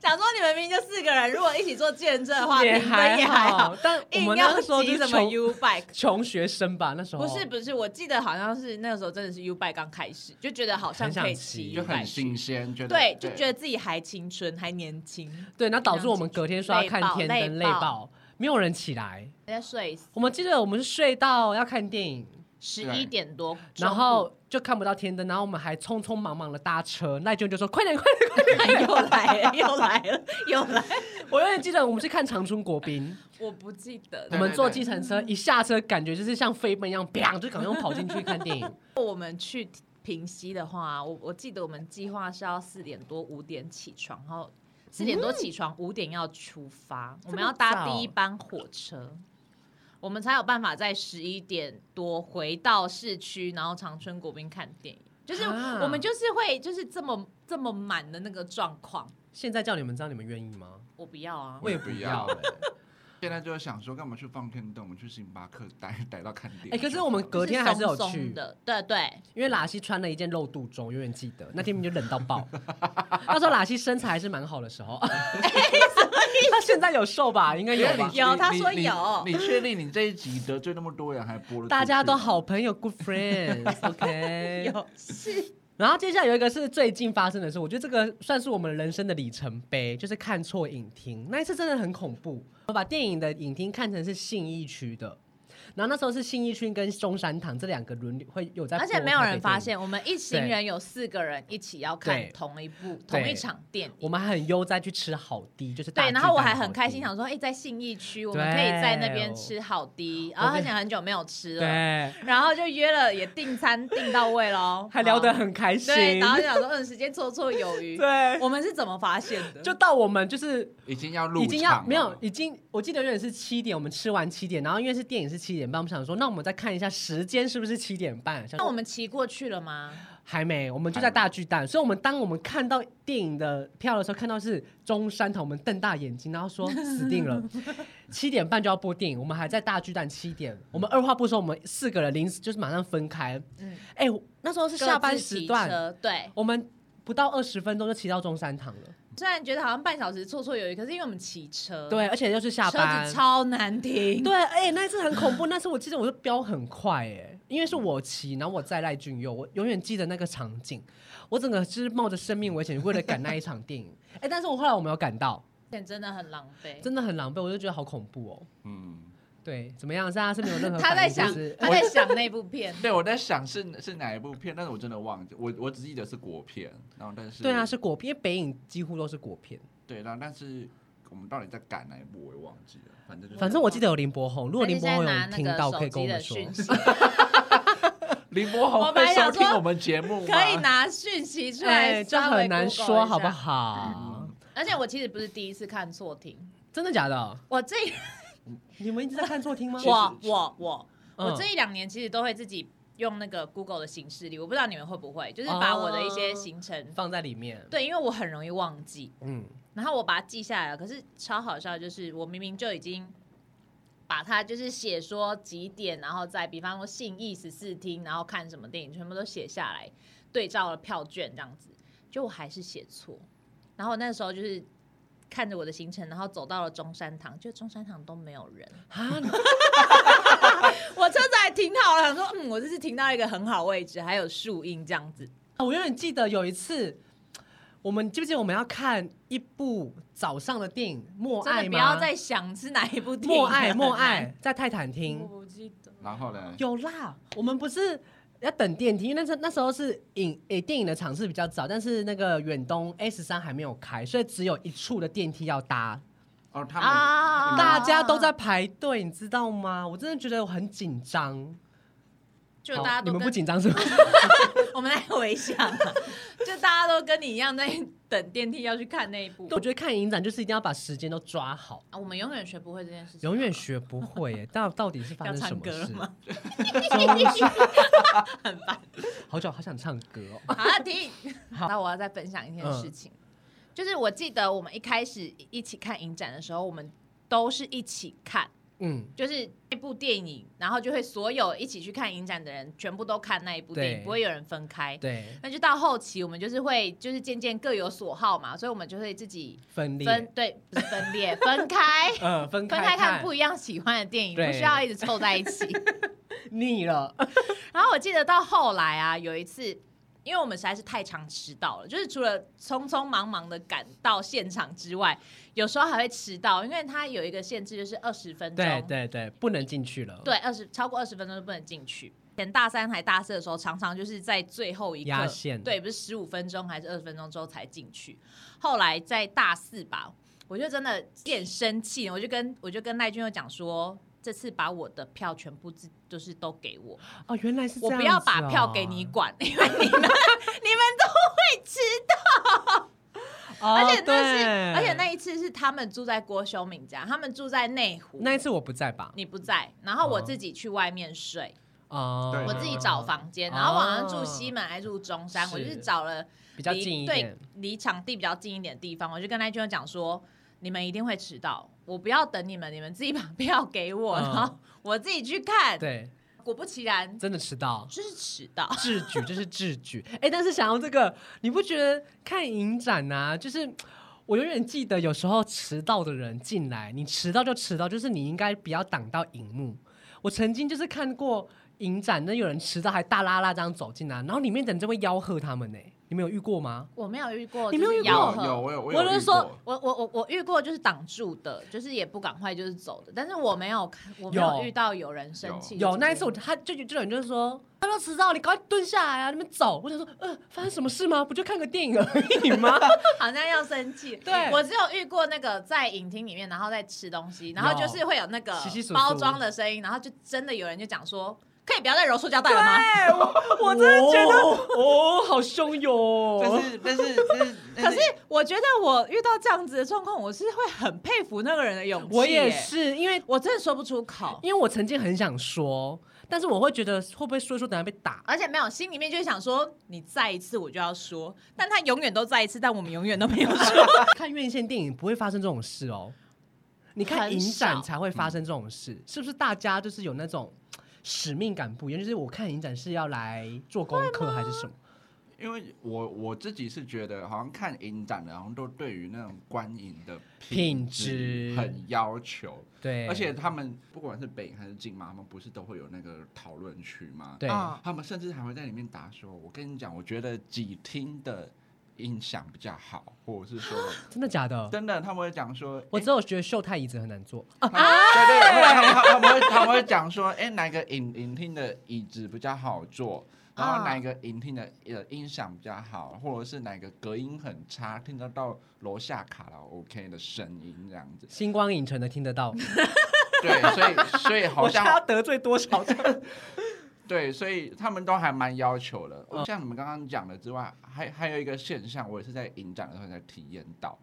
Speaker 3: 想说你们明明就四个人，如果一起坐见证的话，评分 [laughs] 也还好。
Speaker 1: 好，但我
Speaker 3: 硬
Speaker 1: 们
Speaker 3: 要
Speaker 1: 那时候
Speaker 3: 急
Speaker 1: 就是
Speaker 3: 什么
Speaker 1: 穷
Speaker 3: U
Speaker 1: [laughs]
Speaker 3: bike？
Speaker 1: 穷学生吧，那时候
Speaker 3: 不是不是，我记得好像是那个时候真的是 U bike 刚开始，就觉得好像
Speaker 1: 很想
Speaker 3: 可以
Speaker 1: 骑
Speaker 3: 骑
Speaker 2: 就
Speaker 3: U
Speaker 2: 很
Speaker 3: bike，
Speaker 2: 新鲜，觉得
Speaker 3: 对，就觉得自己还青春还年轻，
Speaker 1: 对，然后导致我们隔天说要看天
Speaker 3: 累
Speaker 1: 灯，
Speaker 3: 爆
Speaker 1: 累爆，没有人起来。
Speaker 3: 人家睡死，
Speaker 1: 我们记得我们是睡到要看电影，
Speaker 3: 十一点多，
Speaker 1: 然后就看不到天灯，然后我们还匆匆忙忙的搭车。赖娟就说：“快点，快点！”
Speaker 3: [laughs] 中午哎又来了又来了又来了，
Speaker 1: 我永远记得我们去看长春国宾，
Speaker 3: 我不记得
Speaker 1: 我
Speaker 2: 对
Speaker 1: 们坐计程车一下车，感觉就是像飞奔一样，砰就赶快跑进去看电影。 [laughs]
Speaker 3: 我们去平溪的话，我我记得我们计划是要四点多五点起床，然后四点多起床，五、点要出发，我们要搭第一班火车，我们才有办法在十一点多回到市区，然后长春国宾看电影。就是
Speaker 1: 啊
Speaker 3: 我们就是会就是这么这么满的那个状况，
Speaker 1: 现在叫你们这样，你们愿意吗？
Speaker 3: 我不要啊！
Speaker 1: 我也
Speaker 2: 不
Speaker 1: 不
Speaker 2: 要
Speaker 1: 要欸。
Speaker 2: [laughs] 现在就是想说，干嘛去放天灯？我们去星巴克待 [laughs] 待到看电影。
Speaker 1: 哎，可是我们隔天
Speaker 3: 是
Speaker 1: 还是有
Speaker 3: 松松
Speaker 1: 去，
Speaker 3: 的，对对，
Speaker 1: 因为拉西穿了一件露肚装，我永远记得那天明明就冷到爆。 [laughs] 那时候拉西身材还是蛮好的时候， [laughs] 哎他现在有瘦吧？应该有吧
Speaker 2: 你？
Speaker 3: 有
Speaker 2: 你
Speaker 3: 他
Speaker 2: 你
Speaker 3: 说
Speaker 2: 你
Speaker 3: 有
Speaker 2: 你确定你这一集得罪那么多人还播了？
Speaker 1: 大家都好。朋友，good
Speaker 3: [laughs]
Speaker 1: friends，OK、
Speaker 3: 有是
Speaker 1: 然后接下来有一个是最近发生的事，我觉得这个算是我们人生的里程碑，就是看错影厅。那一次真的很恐怖，我把电影的影厅看成是信义区的，然后那时候是信义区跟中山堂这两个轮流会有在，
Speaker 3: 而且没有人发。现，我们一行人有四个人一起要看
Speaker 1: 对
Speaker 3: 同一部
Speaker 1: 对
Speaker 3: 同一场电影。
Speaker 1: 我们还很悠哉去吃好低，就是大
Speaker 3: 对，
Speaker 1: 巨
Speaker 3: 然后我
Speaker 1: 蛋
Speaker 3: 还
Speaker 1: 的好
Speaker 3: 很开
Speaker 1: 低
Speaker 3: 心，想说，哎、在信义区，我们可以在那边吃好的，然后很想很久没有吃了，
Speaker 1: 哦对，
Speaker 3: 然后就约了，也订餐订到位
Speaker 1: [laughs]
Speaker 3: 喽，
Speaker 1: 还聊得
Speaker 3: 好
Speaker 1: 很开心。 [laughs]
Speaker 3: 对，然后就想说，嗯，时间绰绰有余。
Speaker 1: 对，
Speaker 3: 我们是怎么发现的？
Speaker 1: 就到我们就是
Speaker 2: 已经要录，
Speaker 1: 已经要没有，已经我记得原本是七点，我们吃完七点，然后因为是电影是七点半，我们想说那我们再看一下时间是不是七点半，想
Speaker 3: 那
Speaker 1: 说
Speaker 3: 我们骑过去了吗？
Speaker 1: 还没，我们就在大巨蛋，所以我们当我们看到电影的票的时候，看到是中山堂，我们瞪大眼睛，然后说死定
Speaker 3: [laughs]
Speaker 1: 了，七点半就要播电影，我们还在大巨蛋七点，我们二话不说，我们四个人临时就是马上分开，
Speaker 3: 嗯，
Speaker 1: 哎、我那时候是下班时
Speaker 3: 各
Speaker 1: 段，
Speaker 3: 自骑车，对，
Speaker 1: 我们不到二十分钟就骑到中山堂了，
Speaker 3: 虽然觉得好像半小时绰绰有余，可是因为我们骑车，，
Speaker 1: 对，而且又是下
Speaker 3: 车
Speaker 1: 班
Speaker 3: 子，超难停。
Speaker 1: 对，哎、那一次很恐怖，那次我记得我是飙很快、哎，因为是我骑，然后我在赖俊佑，我永远记得那个场景，我整个是冒着生命危险为了赶那一场电影，哎、但是我后来我没有赶到，
Speaker 3: 钱真的很浪费。
Speaker 1: 真的很狼狈，我就觉得好恐怖哦。
Speaker 2: 嗯，，
Speaker 1: 对，怎么样？大家是没有任何
Speaker 3: 他
Speaker 1: 反
Speaker 3: 在
Speaker 1: 应
Speaker 3: 想
Speaker 1: 就是， [laughs]
Speaker 3: 他在想那部片
Speaker 2: 对，我在想是是哪一部片，但是我真的忘记，我我只记得是国片，然后但是
Speaker 1: 对啊，是果片，因为北影几乎都是果片。
Speaker 2: 对，然后但是我们到底在赶哪一部，我也忘记了，反正就是
Speaker 1: 反正我记得有林柏宏， [laughs] 如果林
Speaker 3: 嗯哎你现
Speaker 1: 柏
Speaker 3: 在
Speaker 1: 宏
Speaker 3: 拿
Speaker 1: 有
Speaker 3: 那
Speaker 1: 听
Speaker 3: 个
Speaker 1: 到，
Speaker 3: 手
Speaker 1: 可以跟
Speaker 3: 机
Speaker 1: 我
Speaker 3: 的
Speaker 1: 们说。 [laughs]
Speaker 3: 讯息，
Speaker 2: 林柏宏
Speaker 3: 我本来
Speaker 2: 会收
Speaker 3: 想
Speaker 2: 听
Speaker 3: 说
Speaker 2: 我们节目吗？
Speaker 3: 可以拿讯息出来，
Speaker 1: 哎，这很难说，好不？好？
Speaker 2: 嗯
Speaker 3: [laughs] 而且我其实不是第一次看错庭，
Speaker 1: 真的假的？
Speaker 3: [laughs] 我这一
Speaker 1: 你们一直在看错听吗？
Speaker 3: 我我我我
Speaker 1: 嗯
Speaker 3: 这一两年其实都会自己用那个 Google 的形式里，我不知道你们会不会，就是把我的一些行程，
Speaker 1: 放在里面。
Speaker 3: 对，因为我很容易忘记，
Speaker 1: 嗯，
Speaker 3: 然后我把它记下来了。可是超好笑，的就是我明明就已经把它就是写说几点，然后再比方说信义十四厅，然后看什么电影，全部都写下来，对照了票券这样子，就我还是写错。然后那时候就是看着我的行程，然后走到了中山堂，就中山堂都没有 [laughs] 人，
Speaker 1: 啊，
Speaker 3: 我车子还停好了，想说嗯，我这次停到一个很好位置，还有树荫这样子。
Speaker 1: 啊我永远记得有一次，我们记不记得我们要看一部早上的电影《默
Speaker 3: 真
Speaker 1: 爱》吗？
Speaker 3: 的不要再想是哪一部电影了，
Speaker 1: 默
Speaker 3: 嗯
Speaker 1: 爱，默爱，在泰坦厅
Speaker 3: 我不记得。
Speaker 2: 然后呢？
Speaker 1: 有啦。我们不是要等电梯，因为那时那时候是影诶、电影的场次比较早，但是那个远东 S 三还没有开，所以只有一处的电梯要搭，
Speaker 2: 哦，他们、
Speaker 3: 啊
Speaker 1: 大家都在排队，你知道吗？我真的觉得我很紧张。
Speaker 3: 就
Speaker 1: 好
Speaker 3: 大家
Speaker 1: 你
Speaker 3: 都
Speaker 1: 们不
Speaker 3: 跟
Speaker 1: 紧张是吗？
Speaker 3: [laughs]
Speaker 1: [laughs]
Speaker 3: 我们来回想啊，就大家都跟你一样在等电梯要去看那一部。
Speaker 1: 我觉得看影展就是一定要把时间都抓好。
Speaker 3: 啊，我们永远学不会这件事情，
Speaker 1: 永远学不会耶，到到底是发
Speaker 3: 要
Speaker 1: 生什
Speaker 3: 唱
Speaker 1: 么
Speaker 3: 歌了
Speaker 1: 事？
Speaker 3: 吗？
Speaker 1: 终于
Speaker 3: [laughs] 很烦。
Speaker 1: 好久好想唱歌哦。
Speaker 3: 好，停。那我要再分享一件
Speaker 1: 嗯
Speaker 3: 事情，就是我记得我们一开始一起看影展的时候，我们都是一起看。
Speaker 1: 嗯，
Speaker 3: 就是那部电影，然后就会所有一起去看影展的人全部都看那一部电影，
Speaker 1: 对
Speaker 3: 不会有人分开。
Speaker 1: 对，
Speaker 3: 那就到后期，我们就是会就是渐渐各有所好嘛，所以我们就会自己
Speaker 1: 分裂，
Speaker 3: 分对不是分裂分开。
Speaker 1: 呃， [laughs] 分
Speaker 3: 分
Speaker 1: 开
Speaker 3: 开看不一样喜欢的电影，
Speaker 1: 对
Speaker 3: 不需要一直凑在一起。
Speaker 1: 腻了。
Speaker 3: 然后我记得到后来啊，有一次，因为我们实在是太常迟到了，就是除了匆匆忙忙的赶到现场之外，有时候还会迟到，因为它有一个限制，就是二十分钟。
Speaker 1: 对对对，不能进去了。
Speaker 3: 对，二十超过二十分钟就不能进去。以前大三还大四的时候，常常就是在最后一
Speaker 1: 压
Speaker 3: 刻，
Speaker 1: 线
Speaker 3: 对，不是十五分钟还是二十分钟之后才进去。后来在大四吧，我就真的有点生气，我就跟我就跟赖俊佑讲说。这次把我的票全部自就是都给我，
Speaker 1: 哦，原来是这
Speaker 3: 我
Speaker 1: 样、
Speaker 3: 不要把票给你。管， [laughs] 因为
Speaker 1: [laughs]
Speaker 3: 你们你们都会迟
Speaker 1: 哦、
Speaker 3: 而且那
Speaker 1: 对
Speaker 3: 是，而且那一次是他们住在郭修敏家，他们住在内湖，
Speaker 1: 那一次我不在吧？
Speaker 3: 你不在，然后我
Speaker 1: 哦
Speaker 3: 自己去外面睡，
Speaker 1: 哦、
Speaker 2: 对
Speaker 3: 我自己找房间，然后晚上住西门还是住中山，
Speaker 1: 是
Speaker 3: 我就是找了
Speaker 1: 比较近
Speaker 3: 离
Speaker 1: 一
Speaker 3: 对
Speaker 1: 点。
Speaker 3: 离场地比较近一点的地方，我就跟那君讲说，你们一定会迟到，我不要等你们，你们自己把 [laughs] 票给我，
Speaker 1: 嗯
Speaker 3: 然后我自己去看。
Speaker 1: 对，
Speaker 3: 果不其然，
Speaker 1: 真的迟到。
Speaker 3: 就是迟到。
Speaker 1: 智举，这是智举。哎、但是想要这个，你不觉得看影展啊，就是我永远记得，有时候迟到的人进来，你迟到就迟到，就是你应该不要挡到荧幕。我曾经就是看过影展，那有人迟到还大拉拉这样走进来，然后里面的人就会吆喝他们呢、你们有遇过吗？
Speaker 3: [laughs] 我没有遇过，
Speaker 1: 你没有 [laughs] 遇
Speaker 3: 就是
Speaker 1: 过
Speaker 3: 吆
Speaker 2: 有
Speaker 3: 喝
Speaker 2: 有我有我
Speaker 1: 我
Speaker 2: 有
Speaker 1: 就
Speaker 2: 遇
Speaker 1: 说 [laughs]
Speaker 2: 过，
Speaker 3: 我我我我遇过就是挡住的，就是也不赶快就是走的，但是我没有看，我没有
Speaker 1: 有
Speaker 3: 遇到有人生气。
Speaker 1: 有
Speaker 3: 就
Speaker 1: 那一
Speaker 3: 觉
Speaker 1: 次
Speaker 3: 得
Speaker 1: 我，他就就有人就是说，他说迟到，你赶快蹲下来啊，你们走。我想说，呃，发生什么事吗？不就看个电影而已吗？ [laughs]
Speaker 3: [laughs] 好像要生气。
Speaker 1: 对
Speaker 3: 我只有遇过那个在影厅里面，然后在吃东西，然后就是会有那个
Speaker 1: 稀稀疏疏
Speaker 3: 包装的声音，然后就真的有人就讲说，可以不要再揉塑胶袋了吗？
Speaker 1: 对，我我真的觉得，哦，好汹涌哦。
Speaker 2: 但是但是但
Speaker 1: [laughs]
Speaker 2: 是
Speaker 3: 可
Speaker 2: 但
Speaker 3: 是我觉得我遇到这样子的状况，我是会很佩服那个人的勇气。
Speaker 1: 我也，是，因为
Speaker 3: 我真的说不出口，
Speaker 1: 因为我曾经很想说，但是我会觉得会不会说一说等下被
Speaker 2: [laughs]
Speaker 1: 打？
Speaker 3: 而且没有心里面就想说，你再一次我就要说，但他永远都再一次，但我们永远都没有说。
Speaker 1: 看院线电影不会发生这种事哦，你看
Speaker 3: 很
Speaker 1: 影展
Speaker 3: 少
Speaker 1: 才会发
Speaker 2: 嗯
Speaker 1: 生这种事，是不是？大家就是有那种嘖使命感不一样，就是我看影展是要来做功课还是什么？
Speaker 2: 因为我我自己是觉得，好像看影展的，好像都对于那种观影的
Speaker 1: 品
Speaker 2: 质
Speaker 1: 质
Speaker 2: 很要求，
Speaker 1: 对，
Speaker 2: 而且他们不管是北影还是金马，他们不是都会有那个讨论区吗？
Speaker 1: 对
Speaker 3: 啊
Speaker 2: 他们甚至还会在里面打说：“我跟你讲，我觉得几厅的音响比较好，或者
Speaker 1: [laughs]
Speaker 2: 是说
Speaker 1: 真的假的？
Speaker 2: 真的，他们会讲说，
Speaker 1: 我
Speaker 2: 诶
Speaker 1: 只有觉得秀太椅子很难坐，。
Speaker 2: 他们对对，会他们他们会他们会讲说，哎，哪个影影厅的椅子比较好坐，然后
Speaker 3: 啊
Speaker 2: 哪个影厅的呃音响比较好，或者是哪个隔音很差，听得到楼下卡拉 OK 的声音这样子
Speaker 1: 星光影城的听得到，
Speaker 2: 对，所以所以 [laughs] 好
Speaker 1: 我想要
Speaker 2: 像
Speaker 1: 得罪多
Speaker 2: [laughs]
Speaker 1: 少？
Speaker 2: 对，所以他们都还蛮要求的。像你们刚刚讲的之外，还还有一个现象，我也是在影展的时候才体验到，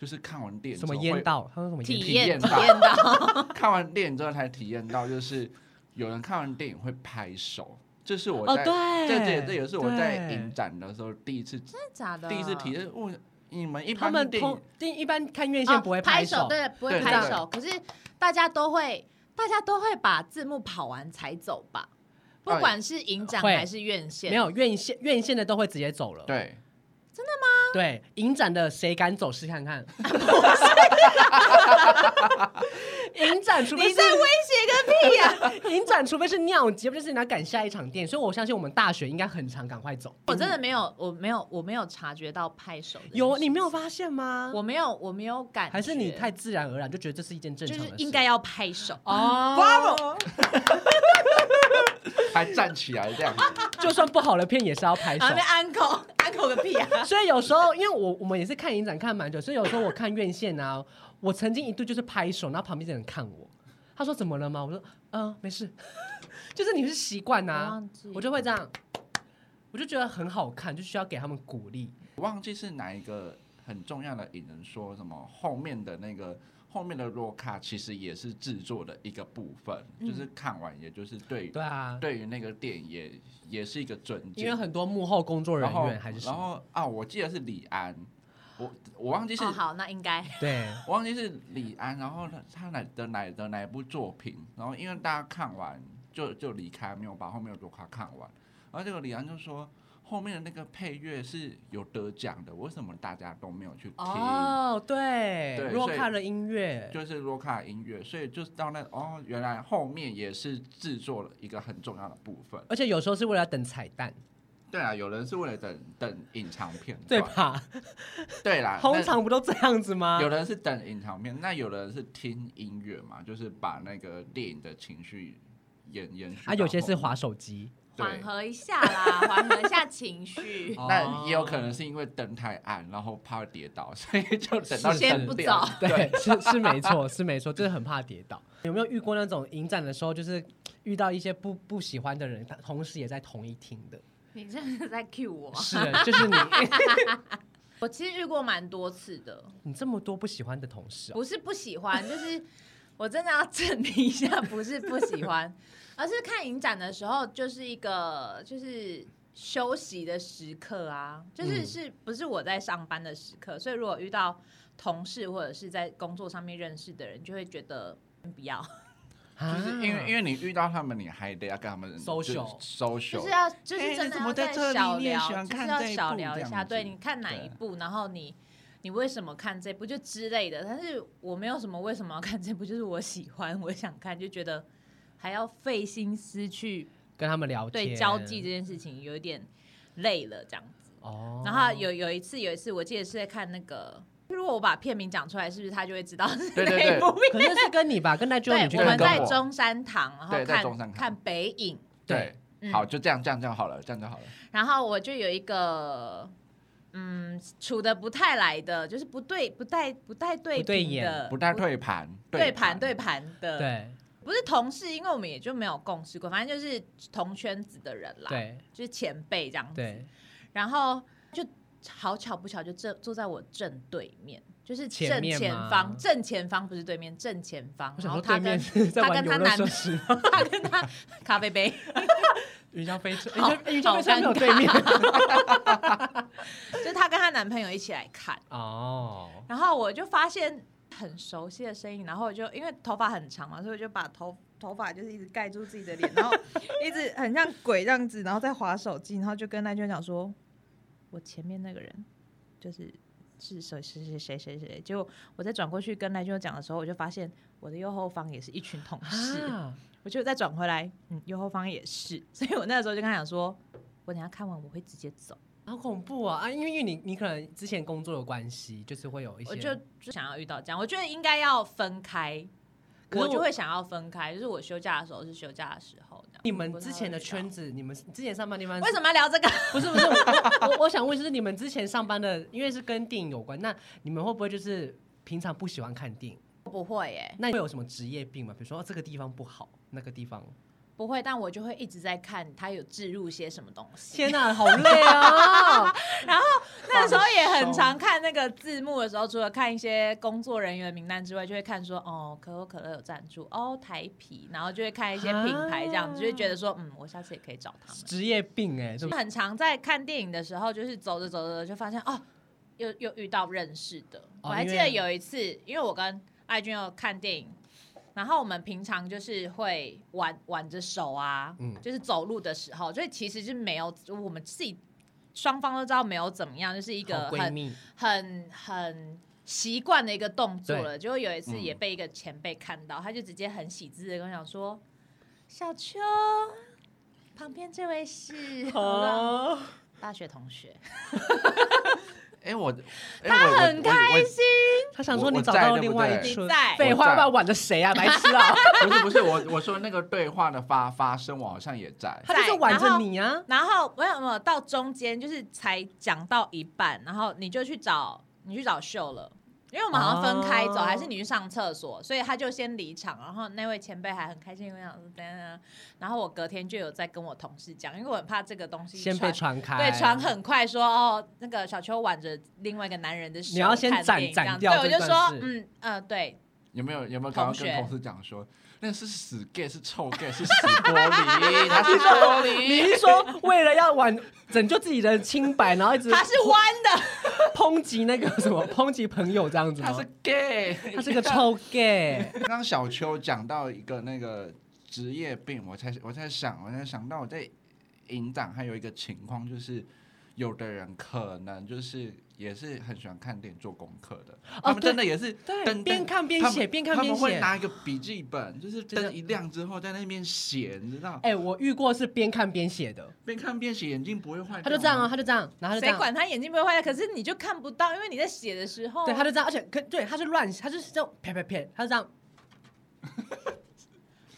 Speaker 2: 就是看完电影
Speaker 1: 什么
Speaker 2: 之后
Speaker 1: 烟
Speaker 2: 会
Speaker 1: 道？他说什么
Speaker 3: 体
Speaker 1: 烟道？
Speaker 2: 验
Speaker 3: 验体
Speaker 2: 到
Speaker 3: 验 [laughs] 到，
Speaker 2: 看完电影之后才体验到，就是有人看完电影会拍手，这是我
Speaker 1: 哦，
Speaker 2: 在、
Speaker 1: 对，
Speaker 2: 这这这也是我在
Speaker 1: 对
Speaker 2: 影展的时候第一次
Speaker 3: 真的假的？
Speaker 2: 第一次体验。我你们一
Speaker 1: 他
Speaker 2: 般
Speaker 1: 们
Speaker 2: 电影啊
Speaker 1: 通第一般看院
Speaker 3: 哦
Speaker 1: 线不会
Speaker 3: 拍
Speaker 1: 手，
Speaker 3: 对，不会
Speaker 2: 对
Speaker 3: 拍
Speaker 2: 对
Speaker 3: 手。可是大家都会，大家都会把字幕跑完才走吧？不
Speaker 2: 哎
Speaker 3: 管是影展
Speaker 1: 会
Speaker 3: 还是院线，
Speaker 1: 没有院线院线的都会直接走
Speaker 3: 啊
Speaker 1: 了。
Speaker 2: 对
Speaker 1: 对，影展的谁敢走试看
Speaker 3: [laughs]
Speaker 1: 看？影展除非
Speaker 3: 你
Speaker 1: 是
Speaker 3: 在威胁个屁呀、
Speaker 1: 影展，除非是尿急，不就是你要赶下一场电影，所以我相信我们大学应该很常赶快走。
Speaker 3: 我真的没有，我没有，我没有察觉到拍手的。
Speaker 1: 有你没有发现吗？
Speaker 3: 我没有，我没有感觉，
Speaker 1: 还是你太自然而然就觉得这是一件正
Speaker 3: 就
Speaker 1: 常的
Speaker 3: 是
Speaker 1: 事，
Speaker 3: 应该要拍手。
Speaker 1: 哦。
Speaker 2: 还站起来这样子，
Speaker 1: 就算不好的片也是要拍手
Speaker 3: [laughs] 然。后被安口安口个屁
Speaker 1: [laughs]
Speaker 2: [laughs]
Speaker 3: 啊！
Speaker 1: 所以有时候，因为我我们也是看影展看蛮久，所以有时候我看院线啊，我曾经一度就是拍手，然后旁边的人看我，他说怎么了吗？我说嗯、没事， [laughs] 就是你是哦习惯
Speaker 3: 我
Speaker 1: 呐
Speaker 3: 忘记，
Speaker 1: 啊我就会这样，我就觉得很好看，就需要给他们鼓励。
Speaker 2: 我忘记是哪一个很重要的影人说什么后面的那个。后面的洛卡其实也是制作的一个部分，就是看完，也就是对
Speaker 1: 嗯对啊，
Speaker 2: 对于那个电影也也是一个尊敬，
Speaker 1: 因为很多幕后工作人
Speaker 2: 然后
Speaker 1: 员还是什
Speaker 2: 然
Speaker 1: 么，
Speaker 2: 后啊，我记得是李安，我我忘记是、
Speaker 3: 哦，
Speaker 1: 啊
Speaker 3: 好，那应该
Speaker 1: 对，
Speaker 2: 我忘记是李安，然后他他哪的哪的哪一部作品，然后因为大家看完就就离开，没有把后面的罗卡看完，然后这个李安就说后面的那个配乐是有得奖的，为什么大家都没有去听？
Speaker 1: 哦，对，
Speaker 2: 对
Speaker 1: 如果
Speaker 2: 所以
Speaker 1: 看了音乐，
Speaker 2: 就是罗卡音乐，所以就是到那哦，原来后面也是制作了一个很重要的部分。
Speaker 1: 而且有时候是为了等彩蛋，
Speaker 2: 对啊，有人是为了等等隐藏片
Speaker 1: 对
Speaker 2: 段，
Speaker 1: 吧？
Speaker 2: 对啦，
Speaker 1: [laughs] 通
Speaker 2: 那
Speaker 1: 常不都这样子吗？
Speaker 2: 有人是等隐藏片，那有人是听音乐嘛，就是把那个电影的情绪延延续到
Speaker 1: 啊，
Speaker 2: 后面。
Speaker 1: 有些是划手机，
Speaker 3: 缓
Speaker 2: 对，
Speaker 3: 和一下啦，缓和一下
Speaker 1: [laughs]
Speaker 3: 情绪。
Speaker 1: 哦
Speaker 2: 那也有可能是因为灯太暗，然后怕跌倒， [laughs] 所以就等到
Speaker 3: 先
Speaker 2: 灯
Speaker 3: 不
Speaker 2: 亮 [laughs]
Speaker 3: 走。
Speaker 1: 对，是是没错，是没错，就是很怕跌倒。 [laughs] 有没有遇过那种影展的时候，就是遇到一些不不喜欢的人，他同时也在同一厅的？
Speaker 3: 你真的在 cue 我？
Speaker 1: 是，就是你
Speaker 3: 我其实遇过蛮多次的，
Speaker 1: [laughs] 你这么多不喜欢的同事、哦，
Speaker 3: 不是不喜欢， [laughs] 就是我真的要证明一下，不是不喜
Speaker 1: [laughs]
Speaker 3: 欢，而是看影展的时候就是一个就是休息的时刻啊，就是
Speaker 1: 嗯
Speaker 3: 是不是我在上班的时刻？所以如果遇到同事或者是在工作上面认识的人，就会觉得不要，
Speaker 1: 啊
Speaker 2: 就是因为因
Speaker 1: 为
Speaker 2: 为你遇到他们，你还得要跟他们
Speaker 1: Social
Speaker 2: 搜 social，
Speaker 3: 就是要就是
Speaker 2: 哎
Speaker 3: 真
Speaker 2: 你
Speaker 3: 的
Speaker 2: 怎
Speaker 3: 要
Speaker 2: 么在
Speaker 3: 再
Speaker 2: 这里
Speaker 3: 小
Speaker 2: 你也
Speaker 3: 聊，
Speaker 2: 喜欢
Speaker 3: 就是
Speaker 2: 看
Speaker 3: 要
Speaker 2: 这一
Speaker 3: 小
Speaker 2: 部
Speaker 3: 聊
Speaker 2: 这
Speaker 3: 一
Speaker 2: 样
Speaker 3: 下，对
Speaker 2: 子
Speaker 3: 你看哪
Speaker 2: 对
Speaker 3: 一部，然后你。你为什么看这部就之类的？但是我没有什么为什么要看这部，就是我喜欢，我想看，就觉得还要费心思去
Speaker 1: 跟他们聊天，
Speaker 3: 对交际这件事情有一点累了这样子。
Speaker 1: 哦，
Speaker 3: 然后有有一次，有一次我记得是在看那个，如果我把片名讲出来，是不是他就会知道是
Speaker 2: 对对
Speaker 3: 哪一
Speaker 2: 对
Speaker 3: 部片？
Speaker 1: 可是是跟你吧，跟那就你去
Speaker 3: 我们
Speaker 1: 看
Speaker 2: 跟
Speaker 3: 在
Speaker 2: 我
Speaker 3: 中山堂，然后
Speaker 2: 对在中山堂
Speaker 3: 看看北影，
Speaker 2: 对，
Speaker 3: 嗯
Speaker 2: 好，就这样这样就好了，这样就好了。
Speaker 3: 然后我就有一个。嗯，处的不太来的，就是不对，不太不太对
Speaker 1: 呃不对
Speaker 3: 频
Speaker 1: 眼
Speaker 3: 的，
Speaker 2: 不太对盘，
Speaker 3: 对盘对盘的，，
Speaker 1: 对
Speaker 3: 不是同事，因为我们也就没有共识过，反正就是同圈子的人啦，，
Speaker 1: 对
Speaker 3: 就是前辈这样子。
Speaker 1: 对，
Speaker 3: 然后就好巧不巧就正坐在我正对面，就是
Speaker 1: 前
Speaker 3: 正
Speaker 1: 面
Speaker 3: 前
Speaker 1: 吗
Speaker 3: 方，正前方不是对面，正前方。
Speaker 1: 我
Speaker 3: 然
Speaker 1: 想
Speaker 3: 后
Speaker 1: 说
Speaker 3: 他
Speaker 1: 对
Speaker 3: 跟
Speaker 1: 面是在
Speaker 3: 他
Speaker 1: 玩游
Speaker 3: 跟他
Speaker 1: 乐
Speaker 3: 男
Speaker 1: 设施吗，
Speaker 3: 他跟他 [laughs] 咖啡杯，
Speaker 1: 云霄飞车，云
Speaker 3: 好
Speaker 1: 霄云霄飞
Speaker 3: 好
Speaker 1: 车没有
Speaker 3: 尴
Speaker 1: 对面
Speaker 3: 就他跟他男朋友一起来看，
Speaker 1: 哦，
Speaker 3: 然后我就发现很熟悉的声音，然后我就因为头发很长嘛，所以我就把头。头发就是一直盖住自己的脸，然后一直很像鬼这样子，然后在划手机，然后就跟那娟讲说：“我前面那个人就是是谁谁谁谁谁谁，结果我再转过去跟赖俊佑讲的时候，我就发现我的右后方也是一群同事，
Speaker 1: [laughs] 啊，
Speaker 3: 我就再转回来，嗯，右后方也是，所以我那时候就跟他讲说，我等一下看完我会直接走，
Speaker 1: 好恐怖啊！啊，因为因为你你可能之前工作的关系，就是会有一些，
Speaker 3: 我就就想要遇到这样，我觉得应该要分开。
Speaker 1: 可是
Speaker 3: 我
Speaker 1: 我
Speaker 3: 就会想要分开，就是我休假的时候是休假的时候。这样
Speaker 1: 你
Speaker 3: 不
Speaker 1: 们
Speaker 3: 太
Speaker 1: 之前的
Speaker 3: 会遇到
Speaker 1: 圈子，你们之前上班地方
Speaker 3: [laughs] 为什么要聊这个？
Speaker 1: 不是不是，我我我想问，就是你们之前上班的，因为是跟电影有关，那你们会不会就是平常不喜欢看电影？
Speaker 3: 不会耶，
Speaker 1: 那会有什么职业病吗？比如说、哦这个地方不好，那个地方，
Speaker 3: 不会，但我就会一直在看他有置入些什么东西。
Speaker 1: 天哪、好累啊！
Speaker 3: [laughs] 那时候也很常看那个字幕的时候，除了看一些工作人员的名单之外，就会看说哦，可口可乐有赞助，哦，台啤，然后就会看一些品牌这样子，
Speaker 1: 啊
Speaker 3: 就会觉得说嗯，我下次也可以找他
Speaker 1: [laughs]
Speaker 3: 们。
Speaker 1: 职业病哎、对不对
Speaker 3: 很常在看电影的时候，就是走着走着就发现哦，又又遇到认识的。
Speaker 1: 哦
Speaker 3: 我还
Speaker 1: 因
Speaker 3: 记
Speaker 1: 为
Speaker 3: 得有一次，因为我跟艾君要看电影，然后我们平常就是会挽挽着手啊，
Speaker 1: 嗯
Speaker 3: 就是走路的时候，所以其实是没有我们自己双方都知道没有怎么样，就是一个
Speaker 1: 好闺
Speaker 3: 很
Speaker 1: 蜜
Speaker 3: 很很习惯的一个动作
Speaker 1: 对
Speaker 3: 了。就有一次
Speaker 2: 嗯
Speaker 3: 也被一个前辈看到，他就直接很喜滋的跟我讲说：“小秋，旁边这
Speaker 1: [laughs]
Speaker 3: 位是我
Speaker 1: 哦，
Speaker 3: 的大学同学。
Speaker 2: 哎，我
Speaker 3: 他
Speaker 2: 他
Speaker 3: 很开心，
Speaker 1: 他想说
Speaker 2: 我
Speaker 1: 你
Speaker 2: 我
Speaker 1: 找
Speaker 2: 在
Speaker 1: 到
Speaker 2: 对
Speaker 1: 另
Speaker 2: 不
Speaker 1: 外
Speaker 2: 对
Speaker 1: 一
Speaker 3: 你
Speaker 1: 春，
Speaker 3: 在
Speaker 1: 废
Speaker 2: 我
Speaker 1: 话，
Speaker 2: 在
Speaker 1: 不然挽着谁啊？白痴
Speaker 3: [laughs]
Speaker 1: 啊！
Speaker 2: 不是不是我我说那个对话的发发声，我好像也在。
Speaker 1: 他就是挽着你啊！
Speaker 3: 然后没有没有到中间，就是才讲到一半，然后你就去找你去找秀了。因为我们好像分开走，
Speaker 1: 哦
Speaker 3: 还是你去上厕所，所以他就先离场。然后那位前辈还很开心，跟我讲说等等等。然后我隔天就有在跟我同事讲，因为我很怕这个东西
Speaker 1: 先被
Speaker 3: 传
Speaker 1: 传开，
Speaker 3: 对，传很快说哦，那个小秋挽着另外一个男人的手看电影，
Speaker 1: 你要先斩斩
Speaker 3: 这样
Speaker 1: 掉
Speaker 3: 对，
Speaker 1: 这
Speaker 3: 我就
Speaker 1: 段
Speaker 3: 说
Speaker 1: 事
Speaker 3: 嗯呃，对，
Speaker 2: 有没有有没有刚刚
Speaker 3: 同
Speaker 2: 跟
Speaker 3: 学
Speaker 2: 同事讲说，那是死 gay 是臭 gay 是死玻
Speaker 3: [laughs]
Speaker 2: 璃，他是玻
Speaker 1: 你
Speaker 2: 璃。
Speaker 1: 是说为了要挽拯救自己的清白，然后一直
Speaker 3: 他是弯的，
Speaker 1: 抨击那个什么抨击朋友这样子吗？
Speaker 2: 他是 gay，
Speaker 1: 他是个臭 gay，
Speaker 2: [laughs] 刚刚小秋讲到一个那个职业病，我才我才想，我才想到我在营长还有一个情况，就是有的人可能就是也是很喜欢看电影做功课的，他们
Speaker 1: 对
Speaker 2: 真的也是
Speaker 1: 哦对，
Speaker 2: 灯
Speaker 1: 边看边
Speaker 2: 他们
Speaker 1: 写，边看
Speaker 2: 他
Speaker 1: 边
Speaker 2: 们会
Speaker 1: 写。
Speaker 2: 拿一个笔记本，就是
Speaker 1: 真的
Speaker 2: 灯一亮之后在那边写，你知道，
Speaker 1: 哎、我遇过是边看边写的，
Speaker 2: 边看边写，眼睛不会坏。
Speaker 1: 他就这样啊，，他就这样，然后他就这
Speaker 3: 谁
Speaker 1: 样，
Speaker 3: 管他眼睛不会坏掉？可是你就看不到，因为你在写的时候，
Speaker 1: 对，他就这样，而且可对，他是乱，他就是这样啪啪啪，他就这样，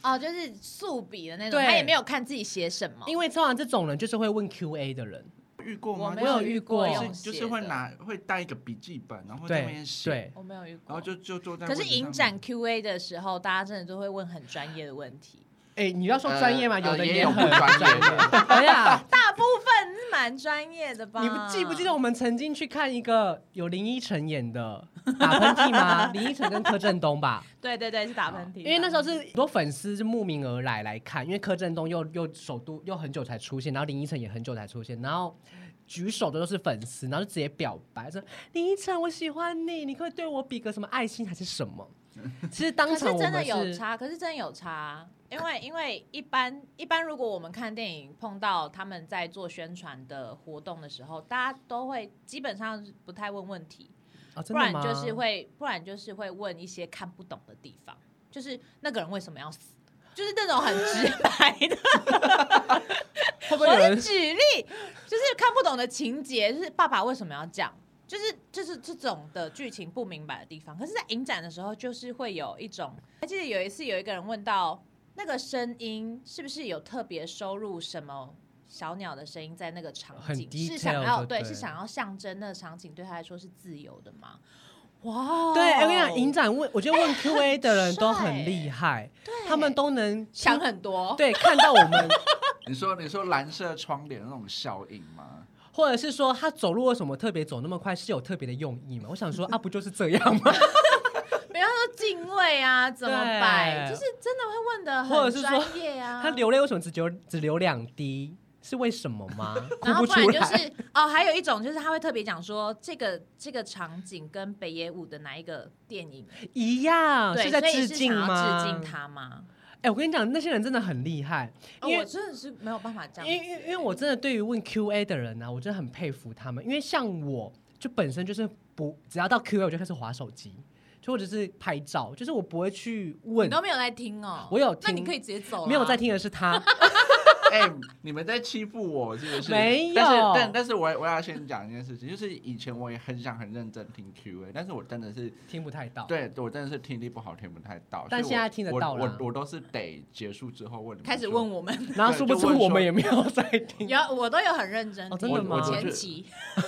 Speaker 3: 哦，就是素笔的那种，
Speaker 1: 对
Speaker 3: 他也没有看自己写什么，
Speaker 1: 因为通常这种人就是会问 Q A 的人，
Speaker 2: 遇过
Speaker 3: 我
Speaker 2: 吗？
Speaker 3: 没
Speaker 2: 就是
Speaker 1: 有遇过
Speaker 3: 用
Speaker 2: 就是就
Speaker 3: 写
Speaker 2: 是会
Speaker 3: 的，
Speaker 2: 拿会带一个笔记本，然后在那
Speaker 1: 对
Speaker 2: 边写，
Speaker 1: 对，
Speaker 3: 我没有遇过，
Speaker 2: 然后就就坐在。
Speaker 3: 可是影展。Q&A 的时候，大家真的都会问很专业的问
Speaker 1: [laughs]
Speaker 3: 题，
Speaker 1: 哎、你要说专业嘛，
Speaker 2: 呃
Speaker 1: 有的
Speaker 2: 呃也
Speaker 1: 也
Speaker 2: 有
Speaker 1: 很
Speaker 2: 不专业的，
Speaker 1: 哎呀，
Speaker 3: [laughs] 大部分是蛮专业的吧？
Speaker 1: 你不记不记得我们曾经去看一个有林依晨演的《打喷嚏》 [laughs] 吗？林依晨跟柯震东吧，
Speaker 3: 对对对，是打喷嚏，
Speaker 1: 哦因为那时候是很多粉丝就慕名而来来看，因为柯震东又又首都又很久才出现，然后林依晨也很久才出现，然后举手的都是粉丝，然后就直接表白说林依晨我喜欢你，你可不可以对我比个什么爱心还是什么？ [laughs] 其实当
Speaker 3: 可
Speaker 1: 场
Speaker 3: 是
Speaker 1: 我
Speaker 3: 真的
Speaker 1: 们
Speaker 3: 有
Speaker 1: 是
Speaker 3: 差，可是真的有差，因为因为一般一般如果我们看电影碰到他们在做宣传的活动的时候，大家都会基本上是不太问问题，
Speaker 1: 啊，
Speaker 3: 不
Speaker 1: 真的
Speaker 3: 然
Speaker 1: 吗？
Speaker 3: 就是会不然就是会问一些看不懂的地方，就是那个人为什么要死。就是那种很直白的，
Speaker 1: 会不会
Speaker 3: 我
Speaker 1: 有
Speaker 3: 是
Speaker 1: 人
Speaker 3: 举例，就是看不懂的情节，就是爸爸为什么要这样，就是就是这种的剧情不明白的地方。可是，在影展的时候，就是会有一种，还记得有一次有一个人问到那个声音是不是有特别收入什么小鸟的声音在那个场
Speaker 1: 很
Speaker 3: 景，
Speaker 1: detail
Speaker 3: 是想要
Speaker 1: 就对
Speaker 3: 对，是想要象征那个场景对他来说是自由的吗？哇，哦
Speaker 1: 对，哎我跟你讲，影展问，我觉得问 Q
Speaker 3: [laughs]
Speaker 1: A 的人都很厉害，
Speaker 3: 对
Speaker 1: 他们都能
Speaker 3: 欸想很多，
Speaker 1: 对看到我们，
Speaker 2: 你说你说蓝色窗帘那种效应吗？
Speaker 1: 或者是说他走路为什么特别走那么快，是有特别的用意吗？我想说啊，不就是这样吗？
Speaker 3: 比方说敬畏啊，怎么
Speaker 1: 对
Speaker 3: 摆，就是真的会问的
Speaker 1: 或
Speaker 3: 很
Speaker 1: 者是说
Speaker 3: 专业啊。
Speaker 1: 他流泪为什么只流只流两滴？是为什么
Speaker 3: [laughs]
Speaker 1: 吗？哭
Speaker 3: 然后
Speaker 1: 不
Speaker 3: 不
Speaker 1: 出
Speaker 3: 然
Speaker 1: 来。
Speaker 3: 就是哦，还有一种就是他会特别讲说这个这个场景跟北野武的哪一个电影
Speaker 1: 一样，
Speaker 3: 对，
Speaker 1: 啊在
Speaker 3: 所以
Speaker 1: 致
Speaker 3: 是
Speaker 1: 敬
Speaker 3: 想要
Speaker 1: 吗？
Speaker 3: 致敬他吗？
Speaker 1: 哎、哎，我跟你讲，那些人真的很厉害，
Speaker 3: 哦
Speaker 1: 因为
Speaker 3: 我真的是没有办法这样
Speaker 1: 因
Speaker 3: 子
Speaker 1: 为因为因为我真的对于问 Q&A 的人呢、啊我真的很佩服他们，因为像我就本身就是不只要到 Q&A 我就开始划手机，就或者是拍照，就是我不会去问
Speaker 3: 你。都没有在听哦。
Speaker 1: 我有
Speaker 3: 那你
Speaker 1: 听
Speaker 3: 可以直接走。啊
Speaker 1: 没有在。听的是
Speaker 3: [laughs]
Speaker 1: 他，
Speaker 2: 哎、 [laughs] 你们在欺负我是不是？
Speaker 1: 没有
Speaker 2: 但是但但是我我要先讲一件事情，就是以前我也很想很认真听 Q A，但是我真的是
Speaker 1: 听不太到。
Speaker 2: 对我真的是听力不好，听不太到。
Speaker 1: 但
Speaker 2: 所以我
Speaker 1: 现在听得到
Speaker 2: 我
Speaker 1: 啦
Speaker 2: 我我都是得结束之后问你们
Speaker 3: 开始
Speaker 2: 说
Speaker 3: 问我
Speaker 1: [laughs]
Speaker 3: 们，
Speaker 1: 然后殊不知
Speaker 2: 对就问说
Speaker 1: 我们也没有在听。
Speaker 3: 有我都有很认真
Speaker 1: 哦
Speaker 3: 听，
Speaker 1: 真的吗。
Speaker 3: 前期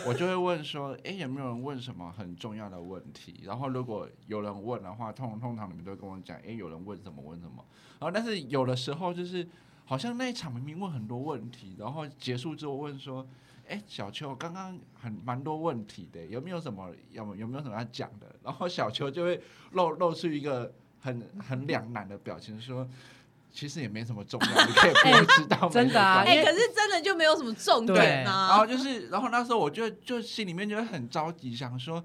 Speaker 2: 我就会问说，哎、有没有人问什么很重要的问题？然后如果有人问的话，通通常你们都会跟我讲，哎、有人问什么问什么。然后但是有的时候就是，好像那一场明明问很多问题，然后结束之后问说，哎、小秋刚刚很蛮多问题的，有没有什么有有没有什么要讲的？然后小秋就会露露出一个很很两难的表情，说。其实也没什么重要，你可以不要知道
Speaker 1: [laughs] 真的啊
Speaker 2: 没什么关系
Speaker 3: 哎，可是真的就没有什么重点
Speaker 2: 然
Speaker 3: 啊呐。
Speaker 2: 后就是，然后那时候我就就心里面就会很着急，想说，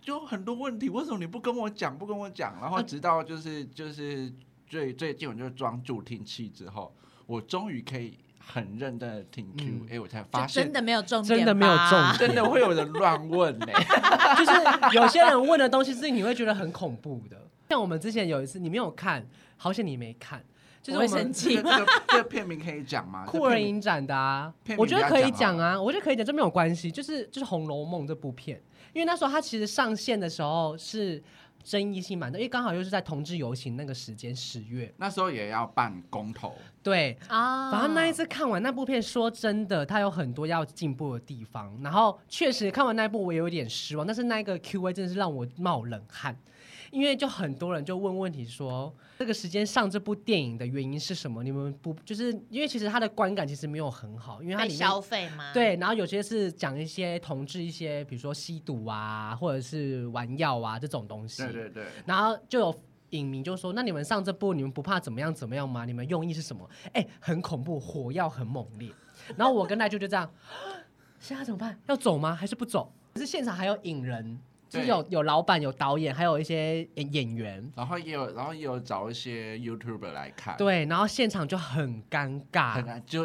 Speaker 2: 就很多问题，为什么你不跟我讲，不跟我讲？然后
Speaker 1: 呃
Speaker 2: 直到就是就是最最近，我就装助听器之后，我终于可以很认真的听 Q，
Speaker 1: 嗯
Speaker 2: 哎、我才发
Speaker 3: 就
Speaker 2: 现
Speaker 3: 真的没有重点吧，
Speaker 1: 真的没有重点
Speaker 2: 真的会有人乱
Speaker 1: [laughs]
Speaker 2: 问呢、
Speaker 1: 就是有些人问的东西是你会觉得很恐怖的，像我们之前有一次你没有看，好险你没看，就是
Speaker 3: 我会
Speaker 1: 我们
Speaker 3: 生
Speaker 2: 这
Speaker 3: 气
Speaker 2: 个这个这个啊片名可以讲吗？
Speaker 1: 酷儿影展的啊
Speaker 2: 片，名
Speaker 1: 我觉得可以讲
Speaker 2: 不要讲
Speaker 1: 啊，我觉得可以讲，这没有关系，就是就是《红楼梦》这部片，因为那时候它其实上线的时候是争议性蛮大，因为刚好又是在同志游行那个时间十月，
Speaker 2: 那时候也要办公投，
Speaker 1: 对。
Speaker 3: 啊。
Speaker 1: 反正那一次看完那部片，说真的，它有很多要进步的地方。然后确实看完那一部，我也有点失望。但是那一个 Q&A 真的是让我冒冷汗，因为就很多人就问问题说，这个时间上这部电影的原因是什么？你们不就是因为其实它的观感其实没有很好，因为它
Speaker 3: 被
Speaker 1: 里面
Speaker 3: 消费吗？，
Speaker 1: 对，然后有些是讲一些同志一些，比如说吸毒啊，或者是玩药啊这种东西。
Speaker 2: 对对对，
Speaker 1: 然后就有影迷就说：“那你们上这部，你们不怕怎么样怎么样吗？你们用意是什么？”哎，很恐怖，火药很猛烈。然后我跟赖舅就这样， [gasps] 现在怎么办？要走吗？还是不走？可是现场还有影人，就是
Speaker 2: 对
Speaker 1: 有有老板、有导演，还有一些演演员。
Speaker 2: 然后也有然后也有找一些 YouTuber 来看，，
Speaker 1: 对，然后现场就很尴
Speaker 2: 很
Speaker 1: 尬，
Speaker 2: 难就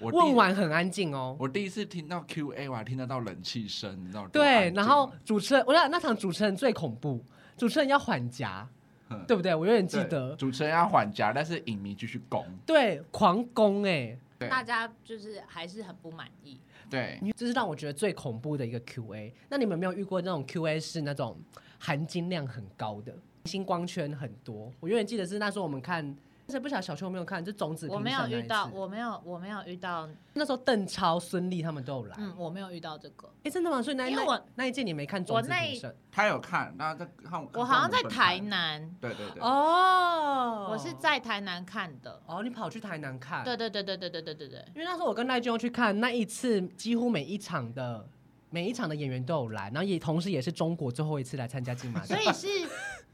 Speaker 2: 我第一
Speaker 1: 问完很安静哦。
Speaker 2: 我第一次听到 Q&A，我还听得到冷气声，你知道吗？
Speaker 1: 对，然后主持人，我想那场主持人最恐怖，主持人要缓夹，
Speaker 2: 嗯
Speaker 1: 对不对？我有点记
Speaker 2: 对
Speaker 1: 得，
Speaker 2: 主持人要缓夹，但是影迷继续攻。
Speaker 1: 对，狂攻哎、
Speaker 2: 对
Speaker 3: 大家就是还是很不满意。
Speaker 2: 对，
Speaker 1: 这是让我觉得最恐怖的一个 Q&A。那你们有没有遇过那种 Q&A 是那种含金量很高的，星光圈很多？我永远记得是那时候我们看，但是不晓得小秋有没有看，就种子
Speaker 3: 我
Speaker 1: 评
Speaker 3: 没有
Speaker 1: 审那一
Speaker 3: 遇到，
Speaker 1: 次，
Speaker 3: 我没有，我没有遇到，
Speaker 1: 那时候邓超、孙俪他们都有来。哎、
Speaker 3: 嗯，我没有遇到这个。
Speaker 1: 真的吗？所以那
Speaker 3: 因为
Speaker 1: 那
Speaker 3: 我
Speaker 1: 那一届你没看
Speaker 3: 我
Speaker 1: 种子
Speaker 3: 那
Speaker 1: 评
Speaker 3: 一
Speaker 1: 审
Speaker 2: 他有看，那他看
Speaker 3: 我好像在台。南，
Speaker 2: 对对对，
Speaker 1: 哦
Speaker 3: 我是在台南看的。
Speaker 1: 哦，你跑去台南看？
Speaker 3: 对对对对对对对
Speaker 2: [laughs]
Speaker 3: 对对。
Speaker 1: 因为那时候我跟赖俊去看那一次，几乎每一场的每一场的演员都有来，然后也同时也是中国最后一次来参加金马
Speaker 3: 所
Speaker 1: 奖。
Speaker 3: 以是，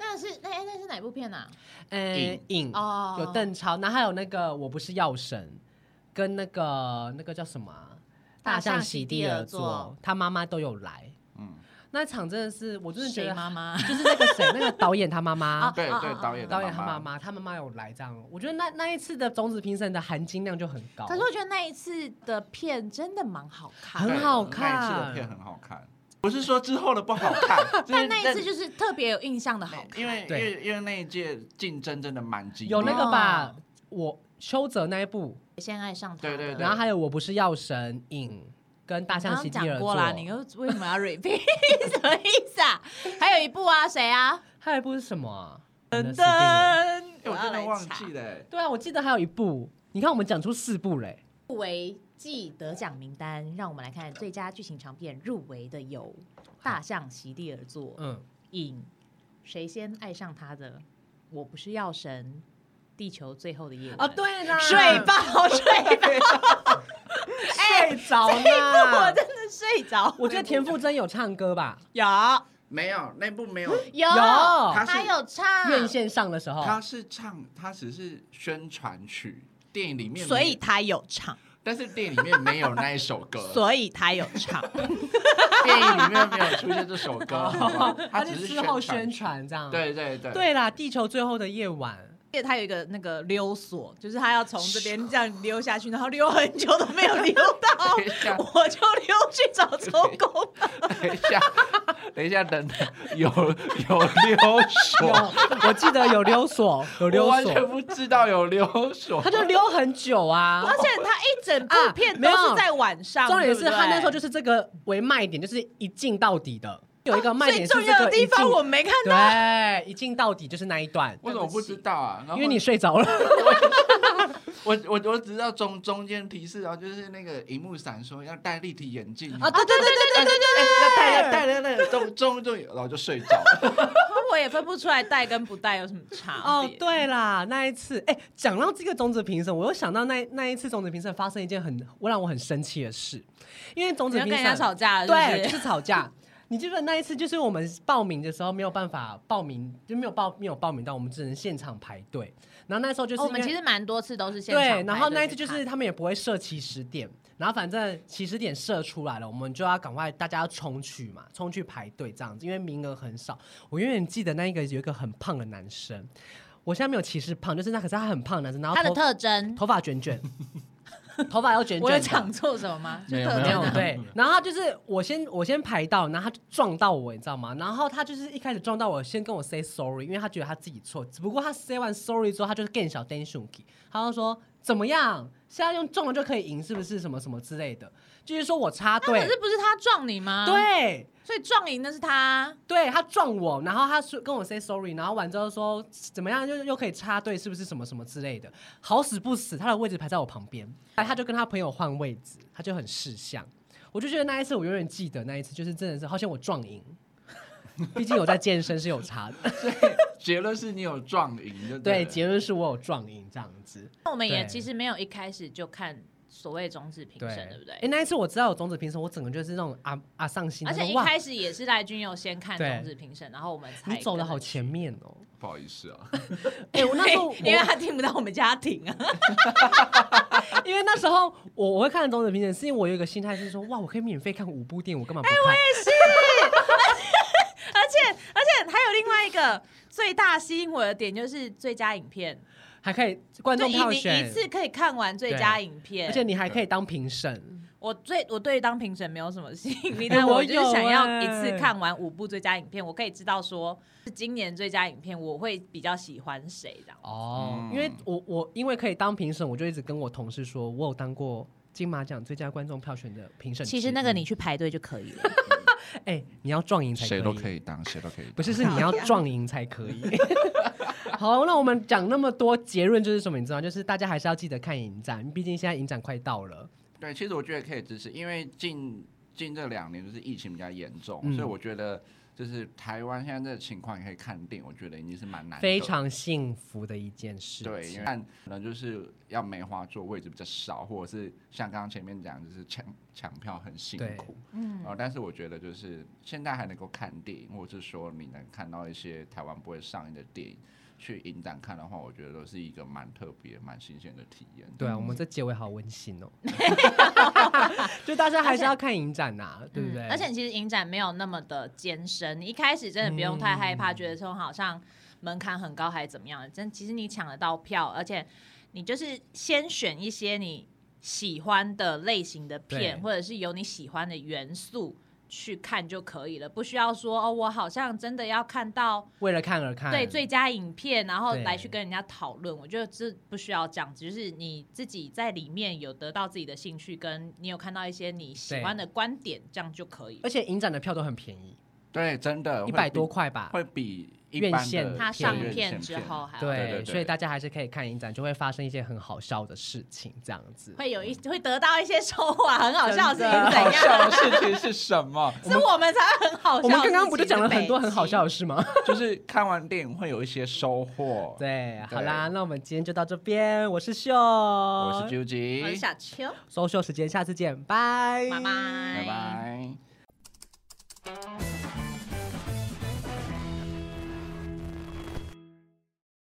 Speaker 3: 那是那哎那是哪部片啊？
Speaker 1: 呃，影
Speaker 3: 哦，
Speaker 1: 有邓超，然后还有那个我不是药神，跟那个那个叫什么啊、
Speaker 3: 大
Speaker 1: 象
Speaker 3: 象
Speaker 1: 席
Speaker 3: 席
Speaker 1: 地
Speaker 3: 地
Speaker 1: 而
Speaker 3: 而
Speaker 1: 坐
Speaker 3: 坐，
Speaker 1: 他妈妈都有来。
Speaker 2: 嗯，
Speaker 1: 那场真的是，我真的觉
Speaker 3: 谁
Speaker 1: 得
Speaker 3: 妈妈？
Speaker 1: 就是那个谁，那个导演他妈 [laughs] 妈，
Speaker 2: 对
Speaker 3: 啊
Speaker 2: 对
Speaker 3: 啊，啊
Speaker 2: 导演
Speaker 1: 导
Speaker 2: 的
Speaker 1: 演他妈
Speaker 2: 妈妈，
Speaker 1: 妈，他妈妈有来这样。我觉得那那一次的种子评审的含金量就很高。
Speaker 3: 可是我觉得那一次的片真的蛮好看的，
Speaker 1: 很好
Speaker 2: 对那一次
Speaker 1: 看
Speaker 2: 的片很好看，不是说之后的不好看，就
Speaker 3: 但
Speaker 2: 是
Speaker 3: 那一次就是特别有印象的好看。
Speaker 2: 因为因
Speaker 1: 对
Speaker 2: 为因为那一届竞争真的蛮激烈，
Speaker 1: 有那啊个吧
Speaker 3: 哦，
Speaker 1: 我邱泽那一部，
Speaker 3: 先爱上他
Speaker 2: 对
Speaker 3: 的，
Speaker 2: 对对
Speaker 1: 然后还有我不是药神影跟大
Speaker 3: 刚
Speaker 1: 象
Speaker 3: 刚
Speaker 1: 席地
Speaker 3: 讲
Speaker 1: 而坐
Speaker 3: 过，啦，你又为什么要 repeat？什 [laughs] 么意思啊？还有一部啊，谁啊？
Speaker 1: 还有一部是什么啊？我
Speaker 3: 噔
Speaker 1: 的死定了
Speaker 2: 哎我
Speaker 3: 要
Speaker 2: 真的
Speaker 3: 来
Speaker 2: 忘
Speaker 3: 查
Speaker 2: 记了。哎
Speaker 1: 对啊，我记得还有一部，你看我们讲出四部嘞、
Speaker 3: 入围季得奖名单，让我们来看最佳剧情长片入围的有《大象席地而坐》
Speaker 1: 嗯，
Speaker 3: 影《谁先爱上他的》，我不是药神，《地球最后的夜晚》
Speaker 1: 哦，对啦，
Speaker 3: 睡爆睡爆，
Speaker 1: 睡着
Speaker 3: 这一部我
Speaker 1: 啦。
Speaker 3: 真的睡着。
Speaker 1: 我记得田馥甄有唱歌吧？
Speaker 3: 有
Speaker 2: 没有那部没有，
Speaker 3: 有
Speaker 1: 有
Speaker 2: 他是
Speaker 3: 有唱
Speaker 1: 院线上的时候，
Speaker 2: [laughs] 他是唱，他只是宣传曲，电影里面没
Speaker 3: 所以他有唱，
Speaker 2: 但是电影里面没有那一首
Speaker 1: [laughs]
Speaker 2: 歌，
Speaker 3: 所以他有唱。
Speaker 2: 电影里面没有出现这首
Speaker 1: [laughs]
Speaker 2: 歌，好不好
Speaker 1: 他
Speaker 2: 只
Speaker 1: 是
Speaker 2: 是
Speaker 1: 事后
Speaker 2: 宣
Speaker 1: 宣
Speaker 2: 曲。
Speaker 1: 传这样。
Speaker 2: 对对对，
Speaker 1: 对啦，《地球最后的夜晚》
Speaker 3: 因为它有一个那个溜索，就是它要从这边这样溜下去，然后溜很久都没有溜 [laughs]
Speaker 2: [laughs]
Speaker 3: 到，
Speaker 2: 等一
Speaker 1: [laughs]
Speaker 2: 下，
Speaker 3: 我就溜去找周公。
Speaker 2: 等一下， [laughs] 等一下，等等，有有溜
Speaker 1: 有
Speaker 2: 索，，
Speaker 1: 我记得有溜
Speaker 3: [laughs]
Speaker 1: 索，有
Speaker 2: 我
Speaker 1: 溜
Speaker 2: 完全
Speaker 1: 索，
Speaker 2: 不知道有溜索
Speaker 1: 他。就溜很久啊。
Speaker 3: 而且它一整部
Speaker 1: 啊
Speaker 3: 片
Speaker 1: 没
Speaker 3: 都
Speaker 1: 有
Speaker 3: 是在晚上，
Speaker 1: 重点
Speaker 3: 对
Speaker 1: 是
Speaker 3: 不对
Speaker 1: 他那时候就是这个为卖点，就是一镜到底的，有一个卖
Speaker 3: 啊最
Speaker 1: 点是
Speaker 3: 重
Speaker 1: 这
Speaker 3: 要
Speaker 1: 个
Speaker 3: 的
Speaker 1: 一
Speaker 3: 地方
Speaker 1: 镜
Speaker 3: 我没看到，
Speaker 1: 对啊一镜到底就是那一段，
Speaker 2: 我怎么不知道啊？然后
Speaker 1: 因为你睡
Speaker 3: [laughs]
Speaker 1: 着了。
Speaker 2: 我我我只知道中中间提示，然后就是那个荧幕闪烁要戴立体眼镜
Speaker 1: 啊，对对对对对对
Speaker 3: 哎
Speaker 1: 对
Speaker 2: 要戴要戴要戴要戴中中中，然后就睡着了。 [laughs]
Speaker 3: 我也分不出来带跟不带有什么差
Speaker 1: 哦
Speaker 3: 别，。
Speaker 1: 对啦，那一次，哎、讲到这个种子评审，我又想到那那一次种子评审发生一件很我让我很生气的事，因为种
Speaker 3: 你
Speaker 1: 子
Speaker 3: 要
Speaker 1: 评
Speaker 3: 跟人
Speaker 1: 审
Speaker 3: 家吵架了，
Speaker 1: 对，
Speaker 3: 是
Speaker 1: 就
Speaker 3: 不是
Speaker 1: 是吵
Speaker 3: [laughs]
Speaker 1: 架。你记不记得那一次，就是我们报名的时候没有办法报名，就没有报没有报名到，我们只能现场排队。然后那时候就是
Speaker 3: 哦
Speaker 1: 因
Speaker 3: 我
Speaker 1: 为、
Speaker 3: 们其实蛮多次都是现场排
Speaker 1: 对，
Speaker 3: 队
Speaker 1: 然后那一
Speaker 3: 去
Speaker 1: 次就
Speaker 3: 看
Speaker 1: 是他们也不会设起始点，然后反正起始点设出来了，我们就要赶快大家要冲去嘛，冲去排队这样子，因为名额很少。我永远记得那一个有一个很胖的男生，我现在没有歧视胖，就是那可是他很胖的男生，然后
Speaker 3: 它的
Speaker 1: 头
Speaker 3: 特征。
Speaker 1: 头发卷
Speaker 3: [laughs]
Speaker 1: 卷，头发又卷卷的，
Speaker 3: 我有讲错什么吗？就
Speaker 2: 没有
Speaker 3: 特
Speaker 1: [laughs] 没
Speaker 3: 征
Speaker 1: 有
Speaker 3: 啊
Speaker 1: 对，然后他就是我先我先排到，然后他就撞到我，你知道吗？然后他就是一开始撞到我，先跟我 say sorry，因为他觉得他自己错。只不过他 say 完 sorry 之后，他就是更小 tension，他就说怎么样，现在用撞了就可以赢，是不是？什么什么之类的，就是说我插
Speaker 3: 那可
Speaker 1: 队
Speaker 3: 是，不是他撞你吗？，
Speaker 1: 对。
Speaker 3: 所以撞赢的是他。
Speaker 1: 对他撞我，然后他说跟我 say sorry，然后完之后说怎么样又又可以插队，是不是什么什么之类的？好死不死，他的位置排在我旁边，哎，他就跟他朋友换位置，他就很识相。我就觉得那一次我永远记得那一次，就是真的是好像我撞
Speaker 3: [laughs]
Speaker 1: 赢，毕竟有在健身是有差的。
Speaker 2: 结论是你有撞赢，就
Speaker 1: 对，
Speaker 2: 对了，
Speaker 1: 结论是我有撞赢这样子。
Speaker 3: 那我们也
Speaker 1: 对
Speaker 3: 其实没有一开始就看所谓中止评审，对不
Speaker 1: 哎、
Speaker 3: 对？
Speaker 1: 那一次我知道有种子评审，我整个就是那种啊啊上心，
Speaker 3: 而且
Speaker 1: 想说
Speaker 3: 一
Speaker 1: 哇
Speaker 3: 开始也是赖君佑先看
Speaker 1: 对
Speaker 3: 中止评审，然后我们才
Speaker 1: 你走的
Speaker 3: 跟
Speaker 1: 好
Speaker 3: [laughs]
Speaker 1: 前面哦、
Speaker 2: 不好意思啊。
Speaker 1: 哎、我那时 [laughs] 候
Speaker 3: 因为他听不到我们家庭啊，
Speaker 1: [laughs] 因为那时候我我会看中子评审，是因为我有一个心态是说，哇，我可以免费看五部电影，我干嘛不
Speaker 3: 哎
Speaker 1: 看？
Speaker 3: 而且而且还有另外一个最大吸引我的点就是最佳影片，
Speaker 1: 还可以观
Speaker 3: 就
Speaker 1: 众
Speaker 3: 一
Speaker 1: 票
Speaker 3: 你
Speaker 1: 选
Speaker 3: 一，次可以看完最佳影片，
Speaker 1: 而且你还可以当评审。
Speaker 3: 我最我对于当评审没有什么吸引
Speaker 1: [laughs]
Speaker 3: 力，
Speaker 1: 哎
Speaker 3: 但我
Speaker 1: 我
Speaker 3: 就是想
Speaker 1: 有
Speaker 3: 要
Speaker 1: 哎
Speaker 3: 一次看完五部最佳影片，我可以知道说是今年最佳影片我会比较喜欢谁这样。
Speaker 1: 哦，
Speaker 2: 嗯
Speaker 1: 因为我我因为可以当评审，我就一直跟我同事说，我有当过金马奖最佳观众票选的评审之一。
Speaker 3: 去排队就可以了，
Speaker 1: 哎、你要撞赢才
Speaker 2: 谁都可
Speaker 1: 以，
Speaker 2: 以当，谁都可以当。
Speaker 1: 不是是你要撞赢才可
Speaker 2: [laughs]
Speaker 1: 以。好，那我们讲那么多，结论就是什么？你知道吗，就是大家还是要记得看影展，毕竟现在影展快到了。
Speaker 2: 对，其实我觉得可以支持，因为近近这两年就是疫情比较严重，
Speaker 1: 嗯
Speaker 2: 所以我觉得就是台湾现在这个情况，你可以看定，我觉得已经是蛮难得
Speaker 1: 非常幸福的一件事情。
Speaker 2: 哎对，因为看可能就是要梅花座位置比较少，或者是像刚刚前面讲，就是抢抢票很辛
Speaker 1: 对
Speaker 2: 苦。
Speaker 3: [laughs] 嗯，
Speaker 2: 哦，但是我觉得就是现在还能够看电影，或者是说你能看到一些台湾不会上映的电影，去影展看的话，我觉得都是一个蛮特别、蛮新鲜的体验。
Speaker 1: 对
Speaker 3: 嗯
Speaker 1: 啊，我们这结尾好温馨
Speaker 3: [laughs]
Speaker 1: 哦，就大家还是要看影展呐、对不对？
Speaker 3: 嗯而且其实影展没有那么的艰深，你一开始真的不用太害怕，
Speaker 1: 嗯
Speaker 3: 觉得说好像门槛很高还是怎么样，真其实你抢得到票，而且你就是先选一些你喜欢的类型的片，
Speaker 1: 对
Speaker 3: 或者是有你喜欢的元素。去看就可以了，不需要说哦，我好像真的要看到
Speaker 1: 为了看而看，
Speaker 3: 对最佳影片，然后
Speaker 1: 对
Speaker 3: 来去跟人家讨论。我觉得这不需要这样子，就是你自己在里面有得到自己的兴趣，跟你有看到一些你喜欢的观点，这样就可以
Speaker 1: 而
Speaker 3: 了。
Speaker 1: 且影展的票都很便宜，
Speaker 2: 对，真的
Speaker 1: 一百
Speaker 2: 会比
Speaker 1: 多块吧。
Speaker 2: 会比一
Speaker 1: 院
Speaker 2: 般的
Speaker 1: 线
Speaker 3: 它
Speaker 1: 它
Speaker 3: 上
Speaker 1: 对
Speaker 3: 片之
Speaker 2: [laughs]
Speaker 3: 后还要
Speaker 1: 对，
Speaker 2: 对对对
Speaker 1: 所以大家还是可以看影展，就会发生一些很好笑的事情，这样子。
Speaker 3: 会有一会得到一些收获，啊很好笑的事
Speaker 1: 真
Speaker 3: 情
Speaker 1: 的
Speaker 3: 怎
Speaker 2: 好笑
Speaker 3: 样？
Speaker 2: 的事情是什么？ [laughs]
Speaker 3: 是我们才会很好笑。
Speaker 1: 我们刚刚不就讲了很多很好笑？的事吗？
Speaker 2: 就是看完电影会有一些收获。
Speaker 1: [laughs] 对，好
Speaker 2: [laughs] 对
Speaker 1: 啦，那我们今天就到这边。我是秀，
Speaker 2: 我
Speaker 1: 我
Speaker 2: 是
Speaker 1: 是
Speaker 2: 啾
Speaker 3: 我是
Speaker 2: 吉，
Speaker 3: 小秋，
Speaker 1: 收秀时间，下次见，拜
Speaker 3: 拜拜，
Speaker 2: 拜拜。